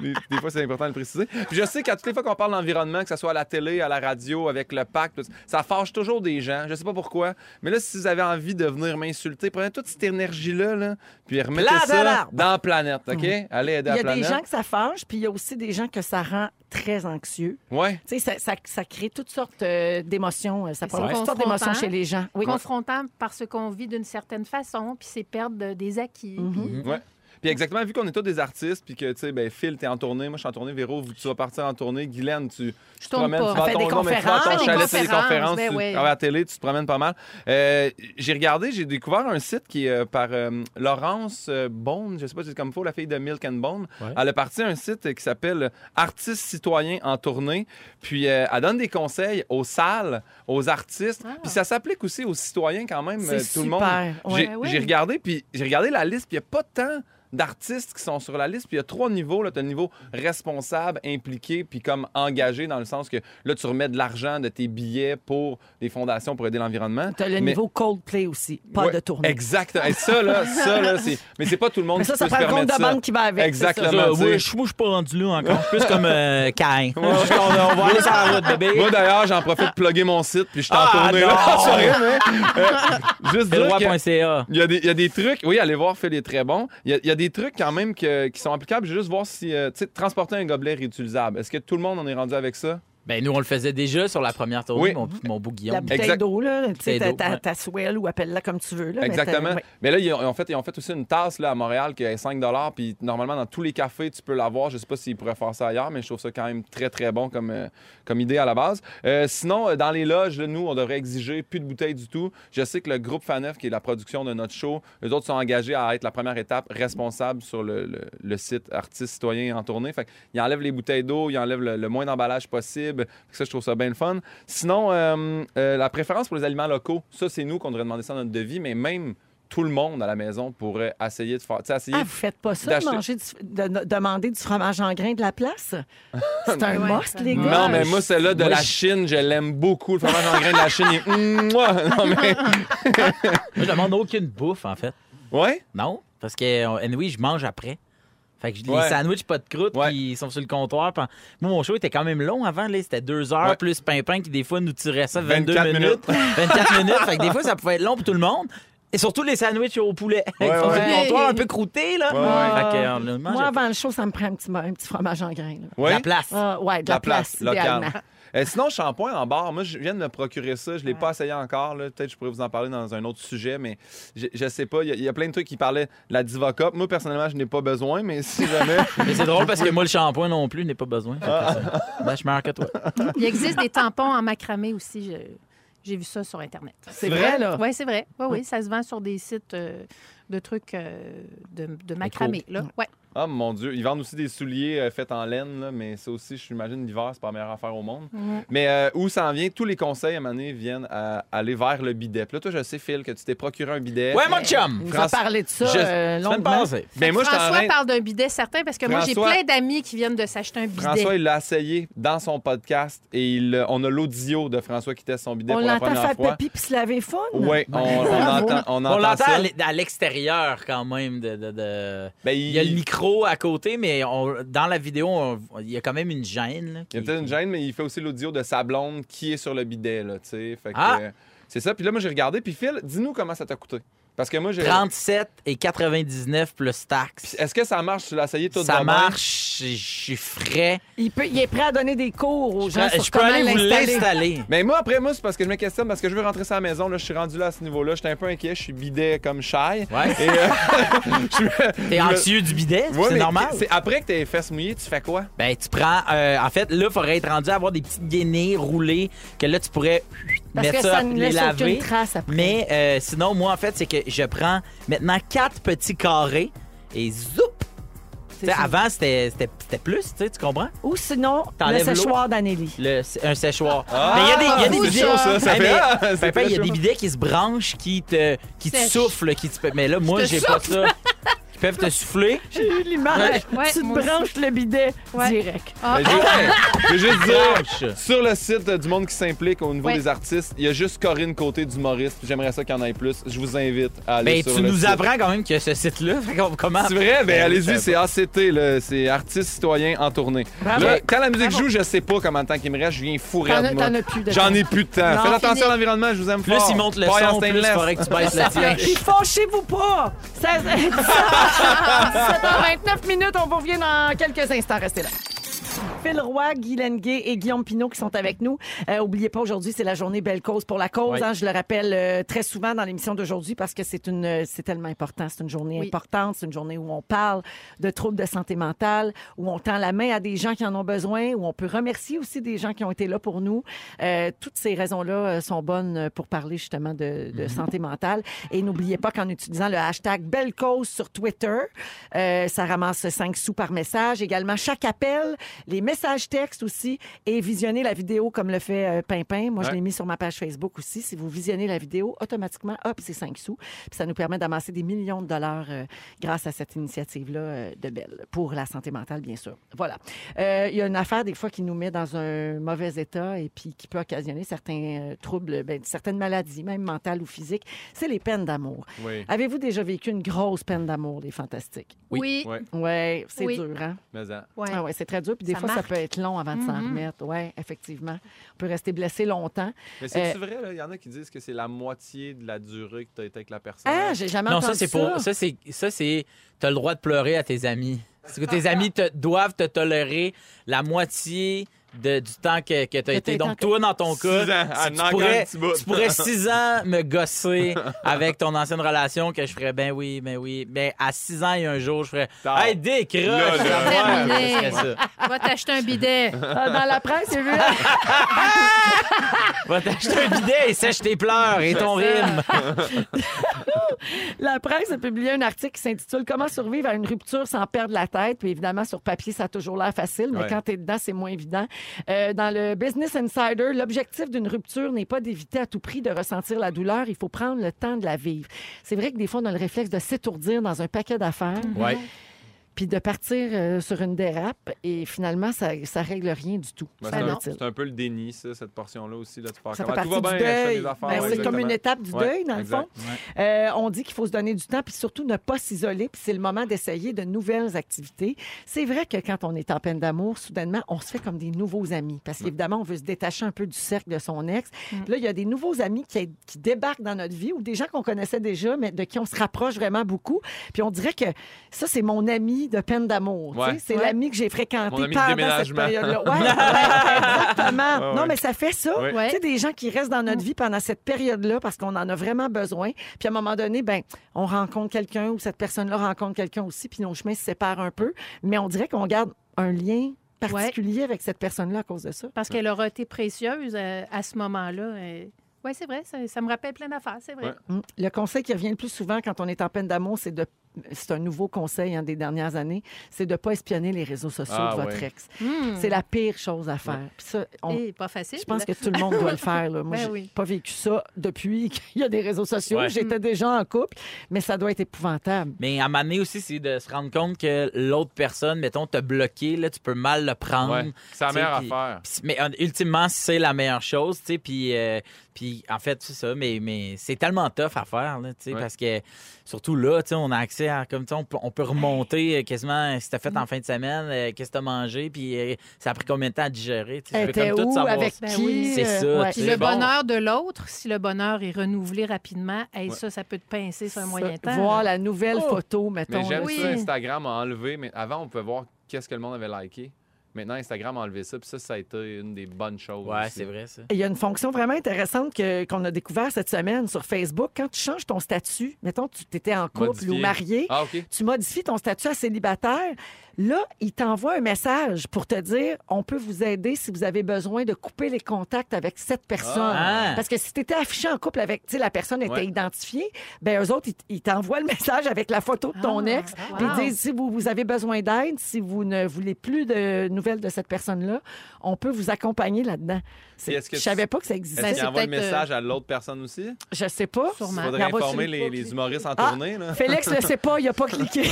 S3: des, des fois, c'est important de le préciser. Puis je sais qu'à toutes les fois qu'on parle d'environnement, que ce soit à la télé, à la radio, avec le pacte, ça fâche toujours des gens. Je sais pas pourquoi. Mais là, si vous avez envie de venir m'insulter, prenez toute cette énergie-là, là, puis remettez
S2: Plate à
S3: ça
S2: l'arbre. Mm-hmm.
S3: dans la planète, OK? Allez aider
S2: Il y
S3: la
S2: a des
S3: planète.
S2: gens que ça fâche, puis il y a aussi des gens que ça rend très anxieux.
S3: Ouais.
S2: Tu sais, ça, ça- ça crée toutes sortes euh, d'émotions. euh, Ça
S1: C'est
S2: provoque toutes sortes d'émotions
S1: confrontant.
S2: chez les gens. Oui.
S1: Confrontant parce qu'on vit d'une certaine façon, puis c'est perdre de- des acquis.
S2: Mhm.
S3: Ouais. Puis exactement, vu qu'on est tous des artistes, puis que, tu sais, ben, Phil, t'es en tournée, moi, je suis en tournée, Véro, vous- tu vas partir en tournée, Guylaine, tu, tu te
S1: tourne
S3: promènes,
S1: pas.
S3: tu vas à
S2: Fais
S3: ton,
S2: des
S3: non, mais tu vas à ton
S2: conférences, des
S3: chalet, tu fais des
S1: conférences,
S3: conférences,
S1: ben
S3: tu
S1: ouais.
S3: à la télé, tu te promènes pas mal. Euh, j'ai regardé, j'ai découvert un site qui est euh, par euh, Laurence euh, Bone, je sais pas si c'est comme faux, la fille de Milk and Bone.
S7: Ouais.
S3: Elle a parti un site qui s'appelle Artistes citoyens en tournée, puis euh, elle donne des conseils aux salles, aux artistes,
S1: Ah.
S3: puis ça s'applique aussi aux citoyens quand même,
S2: C'est
S3: euh, tout le monde.
S2: super. Ouais.
S3: J'ai
S1: Ouais, ouais.
S3: j'ai regardé, puis j'ai regardé la liste, puis il n'y a pas tant d'artistes qui sont sur la liste, puis il y a trois niveaux. Tu as le niveau responsable, impliqué, puis comme engagé, dans le sens que là, tu remets de l'argent de tes billets pour des fondations pour aider l'environnement.
S2: T'as le
S3: Mais-
S2: niveau Coldplay aussi, pas
S3: Ouais,
S2: de tournée.
S3: Exact. Et ça, là, ça, là, c'est... Mais c'est pas tout le monde
S2: Mais ça,
S3: qui
S2: ça
S3: peut
S2: prend
S3: se
S2: le compte
S3: permettre
S2: de
S3: ça.
S2: banque qui va avec. c'est ça.
S3: Exactement.
S4: Ça,
S3: tu sais.
S4: ouais, je- moi, je suis pas rendu là encore. Je suis Plus comme euh, Caïn. on, va aller sur la
S3: [LAUGHS]
S4: route, bébé.
S3: Moi, d'ailleurs, j'en profite pour plugger mon site, puis je suis en
S4: Ah,
S3: tournée,
S4: non!
S3: [LAUGHS] là. C'est vrai, mais, euh, juste dire que-
S4: Philroy.ca.
S3: Il y, a des, il y a des trucs, oui, allez voir, Phil est très bon. Il y a, il y a des trucs quand même que- qui sont applicables. Je veux juste voir si, euh, tu sais, transporter un gobelet réutilisable. Est-ce que tout le monde en est rendu avec ça?
S4: Ben, nous, on le faisait déjà sur la première tournée,
S3: Oui.
S4: mon, petit- mon beau Guillaume.
S2: La bouteille
S3: Exact.
S2: d'eau, là, tu sais,
S4: Bouteille
S2: ta,
S4: d'eau,
S2: ta-
S4: ouais.
S2: ta swell ou appelle-la comme tu veux. Là, mais
S3: Exactement.
S2: t'as- ouais.
S3: Mais, là, ils ont, ils ont fait, ils ont fait aussi une tasse là, à Montréal qui est 5 Puis normalement, dans tous les cafés, tu peux l'avoir. Je sais pas s'ils pourraient faire ça ailleurs, mais je trouve ça quand même très, très bon comme, euh, comme idée à la base. Euh, sinon, euh, dans les loges, là, nous, on devrait exiger plus de bouteilles du tout. Je sais que le groupe Fanef, qui est la production de notre show, eux autres sont engagés à être la première étape responsable sur le, le- le site Artistes citoyens en tournée. Fait qu'ils enlèvent les bouteilles d'eau, ils enlèvent le, le moins d'emballage possible. Fait que Ça, je trouve ça bien le fun. Sinon, euh, euh, la préférence pour les aliments locaux, ça, c'est nous qu'on devrait demander ça à notre devis, mais même tout le monde à la maison pourrait essayer de faire. tu sais, essayer-
S2: Ah, vous faites pas ça, de
S3: d'acheter-
S2: manger du- de, de- demander du fromage en grain de la place? C'est un
S1: Ouais,
S2: must,
S1: ça-
S2: les gars.
S3: Non, mais moi, celle-là de
S4: Moi,
S3: la
S4: je-
S3: Chine, je l'aime beaucoup. Le fromage en grain de la Chine, il est. [LAUGHS] Mouah! Non, mais.
S4: Moi, je demande aucune bouffe, en fait.
S3: Ouais?
S4: Non, parce que, euh, anyway, je mange après. Fait que je- les
S3: Ouais.
S4: sandwichs pas de croûte,
S3: Ouais.
S4: puis ils sont sur le comptoir. puis en- Moi, mon show était quand même long avant, là. C'était deux heures,
S3: Ouais.
S4: plus Pimpin qui, des fois, nous tirait ça 22
S3: 24
S4: minutes.
S3: minutes.
S4: [LAUGHS] 24 minutes. Fait que des fois, ça pouvait être long pour tout le monde. Et surtout les sandwichs au poulet. [LAUGHS] ils
S3: Ouais,
S4: sont sur
S1: ouais.
S4: le comptoir un peu croûtés, là.
S3: Ouais,
S4: Fait que, euh, on le mange
S2: Moi, avant le show, ça me prend un petit, un petit fromage en grain. là.
S3: Ouais?
S4: La place.
S2: Ah, ouais, de la, place, idéalement.
S3: Euh, sinon, shampoing en barre, moi, je viens de me procurer ça. Je ne l'ai pas essayé encore. là. Peut-être que je pourrais vous en parler dans un autre sujet, mais je je sais pas. Il y a- il y, a plein de trucs qui parlaient de la Divocop. Moi, personnellement, je n'ai pas besoin, mais si
S2: [LAUGHS]
S3: jamais.
S4: Mais c'est drôle parce que moi, le shampoing non plus, n'ai pas besoin. Fait que
S3: Ah.
S4: ça- Ben, je suis meilleur que
S2: Euh,
S4: toi.
S1: Il existe des tampons en macramé aussi. je- J'ai vu ça sur Internet.
S2: C'est vrai, là?
S1: Oui, c'est vrai. Oui, oui, ça se vend sur des sites euh, de trucs euh, de, de macramé. Là. Ouais.
S3: Ah, mon Dieu. Ils vendent aussi des souliers euh, faits en laine, là, mais ça aussi, je j'imagine, l'hiver, c'est pas la meilleure affaire au monde. Mais euh, où ça en vient, tous les conseils à un moment donné viennent à aller vers le bidet. Puis là, toi, je sais, Phil, que tu t'es procuré un bidet.
S4: Ouais, mon chum!
S2: Vous
S3: France-
S2: en parlez de ça
S3: Je-
S2: euh,
S4: Semaine
S2: longuement.
S4: passée.
S3: Mais moi, je suis en
S1: François
S3: train-
S1: parle d'un bidet certain parce que moi,
S3: François-
S1: j'ai plein d'amis qui viennent de s'acheter un bidet.
S3: François, il l'a essayé dans son podcast et il, euh, on a l'audio de François qui teste son bidet
S2: On
S3: pour la
S2: l'entend
S3: première
S2: faire
S3: fois.
S2: pipi puis se laver fun.
S3: Oui, on, on entend, on
S4: On
S3: entend
S4: l'entend
S3: ça.
S4: à l'e- à l'extérieur quand même de. de- de-
S3: Ben,
S4: Il y a le micro micro à côté, mais on- dans la vidéo, on- il y a quand même une gêne. là,
S3: Il y a
S4: qui-
S3: peut-être une gêne, mais il fait aussi l'audio de sa blonde qui est sur le bidet, là, tu sais. Fait que,
S4: Ah!
S3: euh, c'est ça. Puis là, moi, j'ai regardé. Puis Phil, dis-nous comment ça t'a coûté. Parce que moi, j'ai.
S4: 37 et 99 plus taxes.
S3: euh, Puis Est-ce que ça marche? Tu l'as essayé tout de
S4: Ça
S3: même?
S4: marche, je suis frais.
S2: Il, peut, il est prêt à donner des cours aux
S4: Je,
S2: gens sur
S4: peux
S2: comment
S4: aller vous
S2: l'installer.
S4: l'installer.
S3: Mais moi, après moi, c'est parce que je me questionne, parce que je veux rentrer ça à la maison. Là, je suis rendu là à ce niveau-là. J'étais un peu inquiet. Je suis bidet comme shy.
S4: Ouais.
S3: Et, euh, [LAUGHS] je me-
S4: T'es
S3: je me-
S4: anxieux du bidet,
S3: Ouais,
S4: c'est
S3: mais
S4: normal.
S3: C'est après que t'es fesses mouillées, tu fais quoi?
S4: Ben, tu prends. euh, en fait, là, il faudrait être rendu à avoir des petites guenilles roulées que là, tu pourrais
S2: Parce
S4: mettre
S2: que
S4: ça,
S2: ça ne
S4: les
S2: laisse aucune
S4: laver.
S2: trace après.
S4: Mais euh, sinon, moi, en fait, c'est que je prends maintenant quatre petits carrés et zoup!
S2: C'est
S4: Tu sais,
S2: ça.
S4: avant, c'était c'était- c'était plus, tu sais, tu comprends?
S2: Ou sinon, le
S4: T'enlèves l'eau.
S2: séchoir d'Anélie.
S4: Le, c'est un séchoir.
S3: Ah!
S4: mais il y a des, il y a des
S3: C'est
S4: bidets.
S3: chaud, ça. Ça
S4: Hey,
S3: fait-
S4: mais,
S3: Ah! C'est
S4: Pépin,
S3: très
S4: il y a
S3: chaud.
S4: des bidets qui se branchent, qui te, qui te
S1: Sèche.
S4: soufflent, qui te. Mais là, moi,
S1: te
S4: j'ai pas ça. Ils peuvent te souffler.
S2: J'ai eu l'image.
S1: Ouais,
S2: tu te
S1: moi aussi.
S2: branches le bidet
S1: Ouais.
S2: direct.
S1: Ah,
S3: Ben, j'ai- je veux juste dire,
S4: Branche.
S3: sur le site euh, du monde qui s'implique au niveau
S1: Ouais.
S3: des artistes, il y a juste Corinne Côté d'humoriste. puis J'aimerais ça qu'il y en ait plus. Je vous invite à
S4: Ben,
S3: aller sur
S4: tu
S3: le
S4: nous
S3: site.
S4: apprends quand même que ce site-là, fait qu'on commence.
S3: C'est vrai, ben
S4: Ben,
S3: allez-y,
S4: je
S3: c'est
S4: savais
S3: ACT, là, c'est artiste citoyen en tournée.
S2: Bravo.
S3: Là, quand la musique
S1: Bravo.
S3: joue, je sais pas comment de temps qu'il me reste, je viens fourrer.
S2: T'en as- t'en as plus de
S3: J'en
S2: temps.
S3: ai plus de temps.
S2: Non,
S3: Faites
S1: fini.
S3: attention à l'environnement, je vous aime
S4: Plus
S3: fort.
S4: il monte le
S3: Paille en
S4: son, plus il
S3: stainless.
S4: faudrait que tu baisses
S3: [LAUGHS]
S4: la tienne.
S2: Puis fâchez-vous pas! [LAUGHS] Ça- 17h29 minutes, on vous revient dans quelques instants. Restez là. Phil Roy, Guy Lenguet et Guillaume Pinot qui sont avec nous. Euh, oubliez pas, aujourd'hui, c'est la journée Belle Cause pour la cause.
S4: Oui.
S2: hein. je le rappelle euh, très souvent dans l'émission d'aujourd'hui parce que c'est une, euh, c'est tellement important. C'est une journée
S1: Oui.
S2: importante. C'est une journée où on parle de troubles de santé mentale, où on tend la main à des gens qui en ont besoin, où on peut remercier aussi des gens qui ont été là pour nous. Euh, toutes ces raisons-là euh, sont bonnes pour parler justement de, de santé mentale. Et n'oubliez pas qu'en utilisant le hashtag Belle Cause sur Twitter, euh, ça ramasse 5 sous par message. Également, chaque appel, les messages textes aussi, et visionner la vidéo comme le fait euh, Pimpin. Moi, je
S3: Ouais.
S2: l'ai mis sur ma page Facebook aussi. Si vous visionnez la vidéo, automatiquement, hop, c'est 5 sous. Puis ça nous permet d'amasser des millions de dollars euh, grâce à cette initiative-là euh, de Belle pour la santé mentale, bien sûr. Voilà. Euh, Il y a une affaire, des fois, qui nous met dans un mauvais état et puis qui peut occasionner certains euh, troubles, ben, certaines maladies, même mentales ou physiques. C'est les peines d'amour.
S3: Oui,
S2: Avez-vous déjà vécu une grosse peine d'amour, des fantastiques?
S4: Oui.
S1: oui.
S3: Ouais.
S2: Oui, c'est
S1: Oui.
S2: dur, hein?
S3: mais en-
S1: ouais.
S2: Ah ouais, c'est très dur. Puis des
S1: Ça
S2: fois,
S1: marque.
S2: ça peut être long avant de s'en
S1: Mhm.
S2: remettre. Oui, effectivement. On peut rester blessé longtemps.
S3: Mais c'est-tu vrai, là? Il y en a qui disent que c'est la moitié de la durée que t'as été avec la personne.
S2: Ah, j'ai jamais
S4: Non,
S2: entendu
S4: ça, c'est pour. Ça, c'est. Ça, c'est. T'as le droit de pleurer à tes amis. Parce que tes amis te, doivent te tolérer la moitié de, du temps que, que t'as
S2: t'as
S4: été.
S2: été en
S4: Donc, toi, dans ton
S3: Six
S4: cas,
S3: ans,
S4: si
S3: un
S4: tu,
S3: an, grand
S4: pourrais,
S3: petit bout.
S4: tu
S3: [LAUGHS]
S4: pourrais six ans me gosser avec ton ancienne relation que je ferais, ben oui, ben oui. Ben, à six ans et un jour, je ferais,
S3: Tard.
S4: hey, décroche!
S3: Ah, Là, là.
S4: ça va.
S1: Terminé.
S4: Ce serait ça.
S1: Va t'acheter un bidet.
S2: Ah, dans la presse,
S4: [LAUGHS]
S2: j'ai vu.
S4: Va t'acheter un bidet et sèche tes pleurs et ton rime.
S2: La presse a publié un article qui s'intitule Comment survivre à une rupture sans perdre la tête. Puis évidemment, sur papier, ça a toujours l'air facile, mais
S3: Ouais.
S2: quand t'es dedans, c'est moins évident. Euh, dans le Business Insider, l'objectif d'une rupture n'est pas d'éviter à tout prix de ressentir la douleur. Il faut prendre le temps de la vivre. C'est vrai que des fois, on a le réflexe de s'étourdir dans un paquet d'affaires.
S4: Ouais.
S2: puis de partir euh, sur une dérape et finalement ça ça règle rien du tout.
S3: Ben, c'est
S2: semble-t-il.
S3: un- c'est un, peu le déni, ça, cette portion-là aussi. Là, tu pars
S2: ça fait
S3: comme, ah,
S2: partie
S3: tout va bien,
S2: du
S3: je fais
S2: deuil.
S3: des affaires.
S2: Ben,
S3: ouais,
S2: c'est comme une
S3: exactement.
S2: étape du
S3: Ouais,
S2: deuil, dans
S3: exact.
S2: le fond. Euh, on dit qu'il faut se donner du temps, puis surtout ne pas s'isoler, puis c'est le moment d'essayer de nouvelles activités. C'est vrai que quand on est en peine d'amour, soudainement, on se fait comme des nouveaux amis, parce qu'évidemment, on veut se détacher un peu du cercle de son ex. Puis Là, il y a des nouveaux amis qui, qui débarquent dans notre vie, ou des gens qu'on connaissait déjà, mais de qui on se rapproche vraiment beaucoup. Puis on dirait que ça, c'est mon ami de peine d'amour. tu
S3: Ouais.
S2: sais. C'est
S1: Ouais.
S2: l'ami que j'ai fréquenté
S3: Mon ami de
S2: pendant cette
S3: déménagement.
S2: période-là. Ouais,
S3: [LAUGHS]
S2: ouais, exactement.
S3: Ouais,
S2: Non,
S3: ouais.
S2: mais Eh, ça fait ça.
S3: Ouais.
S2: Tu sais, des gens qui restent dans notre vie pendant cette période-là parce qu'on en a vraiment besoin. Puis à un moment donné, ben, on rencontre quelqu'un ou cette personne-là rencontre quelqu'un aussi, puis nos chemins se séparent un peu. Mais on dirait qu'on garde un lien particulier avec cette personne-là à cause de ça.
S1: Parce qu'elle aura été précieuse euh, à ce moment-là. Oui, c'est vrai, ça, ça me rappelle plein d'affaires, c'est vrai.
S3: Ouais.
S2: Mm. Le conseil qui revient le plus souvent quand on est en peine d'amour, c'est de c'est un nouveau conseil hein, des dernières années, c'est de ne pas espionner les réseaux sociaux
S3: Ah,
S2: de votre
S3: ouais.
S2: ex.
S1: Hmm.
S2: C'est la pire chose à faire. Puis ça, on-
S1: Eh, pas facile.
S2: Je pense que tout le monde doit le faire. Là. Moi,
S1: Ben
S2: j'ai
S1: oui.
S2: pas vécu ça depuis [LAUGHS] qu'il y a des réseaux sociaux.
S4: Ouais.
S2: J'étais déjà en couple, mais ça doit être épouvantable.
S4: Mais à un moment donné aussi, c'est de se rendre compte que l'autre personne, mettons, t'a bloqué, là, tu peux mal le prendre.
S3: Ouais, c'est la
S4: Tu sais,
S3: meilleure
S4: puis-
S3: affaire.
S4: Puis- Mais euh, ultimement, c'est la meilleure chose, tu sais. Puis, euh, puis en fait, c'est ça. Mais, mais c'est tellement tough à faire, là, tu sais,
S3: Ouais.
S4: parce que surtout là, tu sais, on a accès sais, à- comme tu sais, on, peut- on peut remonter euh, quasiment euh, si t'as fait
S2: Mm.
S4: en fin de semaine, euh, qu'est-ce que t'as mangé, puis euh, ça a pris combien de temps à digérer. tu sais, je
S2: Elle
S4: peux
S2: était
S4: comme tout
S2: où,
S4: savoir
S2: avec
S1: Ben
S2: qui?
S1: oui.
S4: C'est
S2: euh,
S4: ça,
S2: ouais.
S4: tu
S1: Puis
S4: sais.
S1: le
S4: bon.
S1: bonheur de l'autre, si le bonheur est renouvelé rapidement, hey,
S3: Ouais.
S1: ça, ça peut te pincer sur un
S2: Ça,
S1: moyen temps.
S2: Voir la nouvelle
S1: Oh!
S2: photo,
S3: Mais
S2: mettons.
S3: j'aime
S2: là.
S1: oui.
S3: ça, Instagram a enlevé. Mais avant, on pouvait voir qu'est-ce que le monde avait liké. Maintenant, Instagram a enlevé ça, puis ça, ça a été une des bonnes choses.
S4: Ouais,
S3: aussi.
S4: c'est vrai, ça.
S2: Il y a une fonction vraiment intéressante que- qu'on a découvert cette semaine sur Facebook. Quand tu changes ton statut, mettons, tu t'étais en couple
S3: Modifié.
S2: ou marié,
S3: Ah, OK.
S2: tu modifies ton statut à célibataire, là, il t'envoie un message pour te dire on peut vous aider si vous avez besoin de couper les contacts avec cette personne.
S4: Ah.
S2: Parce que si tu étais affiché en couple avec, tu sais, la personne était
S3: Ouais.
S2: identifiée, ben eux autres, ils, ils t'envoient le [LAUGHS] message avec la photo de ton
S1: Ah,
S2: ex.
S1: wow.
S2: Puis ils disent si vous, vous avez besoin d'aide, si vous ne voulez plus de nouvelles de cette personne-là, on peut vous accompagner là-dedans. C'est-
S3: Puis est-ce que
S2: Je
S3: tu-
S2: savais pas que ça existait.
S3: Est-ce qu'il
S1: c'est
S3: envoie le
S1: peut-être, euh,
S3: message à l'autre personne aussi?
S2: Je sais pas.
S1: Sûrement.
S3: Il
S1: Man.
S3: faudrait
S2: Il envoie sur
S3: informer
S2: les
S3: les,
S2: pots,
S3: les
S2: puis-
S3: humoristes en
S2: Ah!
S3: tournée. Là.
S2: Félix le sait pas, il a pas
S3: [LAUGHS]
S2: cliqué.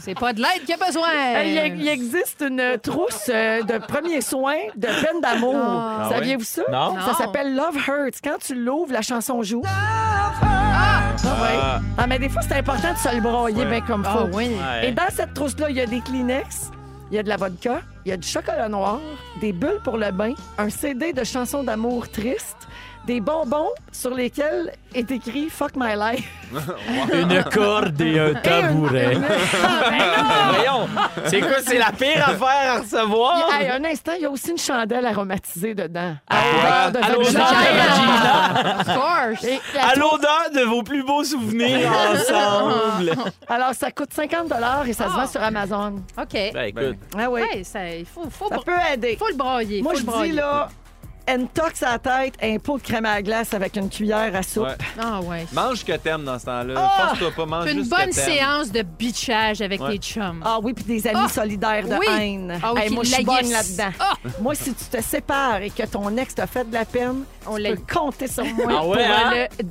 S1: C'est pas de l'aide qu'il a besoin.
S2: Euh, Il, e- il existe une trousse euh, de premiers soins de peine d'amour.
S1: Ah.
S2: Saviez-vous ça?
S4: Non.
S2: Ça
S1: Non.
S2: s'appelle Love Hurts. Quand tu l'ouvres, la chanson joue. Ah, ouais. Ah, mais des fois, c'est important de se le broyer bien comme
S1: Ah
S2: faut.
S1: oui.
S4: Ouais.
S2: Et ben dans cette trousse-là, il y a des Kleenex, il y a de la vodka, il y a du chocolat noir, des bulles pour le bain, un CD de chansons d'amour tristes, des bonbons sur lesquels est écrit Fuck My Life.
S4: Une corde et un
S2: Et une-
S4: tabouret.
S2: une- Ah, ben non!
S4: Voyons, c'est quoi, c'est la pire affaire à recevoir?
S2: Hey, un instant, il y a aussi une chandelle aromatisée dedans. À
S4: Ah,
S2: l'odeur de
S4: à
S2: votre
S4: l'odeur
S2: vagin.
S4: de vagina.
S1: Of course.
S2: Et la
S4: À
S2: trou-
S4: l'odeur de vos plus
S2: [LAUGHS]
S4: beaux souvenirs ensemble.
S2: Alors, ça coûte 50 et ça se vend sur Amazon.
S1: OK.
S4: Ben, écoute,
S2: Ah oui.
S1: Ouais, ça, il faut, faut,
S2: ça
S1: br-
S2: peut aider.
S1: faut le broyer.
S2: Moi,
S1: faut
S2: je dis,
S1: le broyer.
S2: là, une tox à la tête, un pot de crème à glace avec une cuillère à soupe.
S3: Ouais.
S1: Ah, ouais.
S3: Mange ce que t'aimes dans ce temps-là.
S2: Ah!
S3: Force-toi pas, mange
S1: Une
S3: juste
S1: bonne
S3: ce que t'aimes.
S1: séance de bitchage avec
S3: Ouais.
S1: tes chums.
S2: Ah oui, puis des amis
S1: Ah,
S2: solidaires de
S1: oui.
S2: haine.
S1: Ah oui,
S2: Hey,
S1: qui
S2: moi, je suis
S1: la
S2: bonne
S1: yes.
S2: là-dedans.
S1: Ah!
S2: Moi, si tu te sépares et que ton ex t'a fait de la peine,
S1: On
S2: on tu
S1: la-
S2: peux compter sur moi
S4: Ah
S2: pour
S4: ouais, hein?
S2: le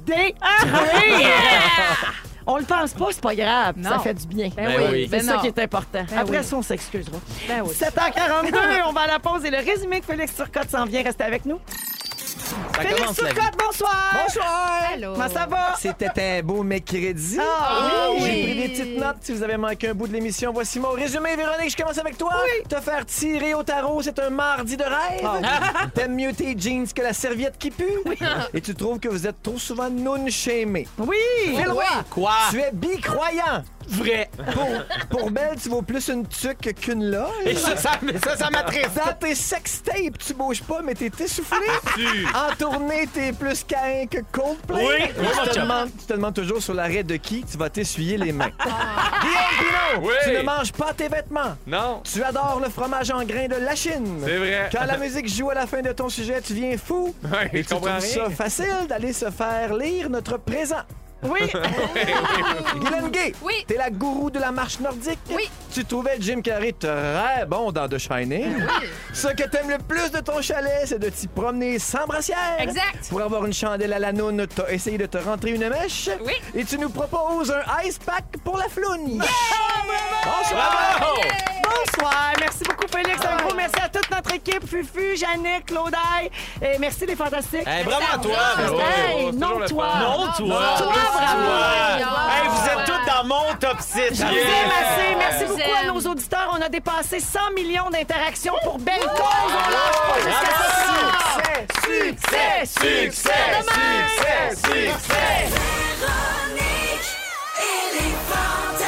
S2: détruire. On le pense pas, c'est pas grave.
S1: Non.
S2: Ça fait du bien.
S1: Ben,
S4: Ben
S1: oui,
S4: oui.
S2: C'est
S1: ben
S2: ça
S1: non.
S2: qui est important.
S1: Ben
S2: Après
S1: oui.
S2: ça, on s'excusera.
S1: Ben oui.
S2: 7h42, on va à la pause et le résumé de Félix Turcotte s'en vient. Restez avec nous.
S4: ça
S2: Félix
S4: commence la vie.
S2: Turcotte, bonsoir!
S6: Bonsoir!
S1: Allô.
S2: Comment ça va?
S6: C'était un beau mercredi.
S2: Ah
S1: oui.
S6: J'ai pris des petites notes si vous avez manqué un bout de l'émission. Voici mon résumé, Véronique. Je commence avec toi. Te faire tirer au tarot, c'est un mardi de rêve.
S2: Ah.
S6: [LAUGHS] T'aimes mieux tes jeans que la serviette qui pue. Et tu trouves que vous êtes trop souvent non-shamés.
S2: Oui!
S6: Fais-le voir.
S4: Quoi?
S2: Ah.
S6: Tu es bicroyant.
S4: Vrai.
S6: Pour, pour Belle, tu vaux plus une tuque qu'une loge.
S4: Et ça, ça, mais ça, ça m'attriste.
S6: Dans tes sextapes, tu bouges pas, mais t'es
S2: [LAUGHS]
S6: essoufflé. en tournée, t'es plus qu'un que Coldplay.
S4: Oui, oui, mon
S6: tu, te
S4: chum.
S6: demandes, tu te demandes toujours sur l'arrêt de qui tu vas t'essuyer les mains.
S1: Ah.
S6: Guillaume Pinot,
S3: Oui.
S6: tu ne manges pas tes vêtements.
S3: Non,
S6: Tu adores le fromage en grains de la Chine.
S3: c'est vrai.
S6: Quand
S3: [LAUGHS]
S6: la musique joue à la fin de ton sujet, tu viens fou.
S3: Ouais, je
S6: et tu trouves
S3: comprends rien.
S6: ça facile d'aller se faire lire notre présent.
S2: Oui!
S6: Guylaine Gay,
S1: Oui.
S6: t'es la gourou de la marche nordique.
S1: Oui.
S6: Tu trouvais Jim Carrey très bon dans The Shining. Ce que t'aimes le plus de ton chalet, c'est de t'y promener sans brassière.
S1: Exact.
S6: Pour avoir une chandelle à la noune, t'as essayé de te rentrer une mèche.
S1: Oui.
S6: Et tu nous proposes un ice pack pour la floune. Bonsoir.
S4: Bravo! [LAUGHS]
S2: Bonsoir! Merci beaucoup, Félix. Un gros merci à toute notre équipe, Fufu, Jannick, Claudaille. Et merci les fantastiques.
S4: Eh, bravo à toi,
S2: Hey,
S4: bravo.
S3: oh, c'est toujours
S2: non,
S3: le
S2: toi!
S3: fun.
S4: Non, toi.
S2: Toi, bravo.
S4: Toi. Hey, vous êtes toutes dans mon top 6.
S2: Je vous aime assez. Merci
S1: Je vous
S2: beaucoup à
S1: aime.
S2: nos auditeurs. On a dépassé 100 millions d'interactions pour Belle Cause. On lâche pas jusqu'à
S4: Bravo.
S2: ça.
S6: Succès, succès.
S2: Succès,
S4: Succès, succès, succès.
S7: Véronique, elle est fantastique.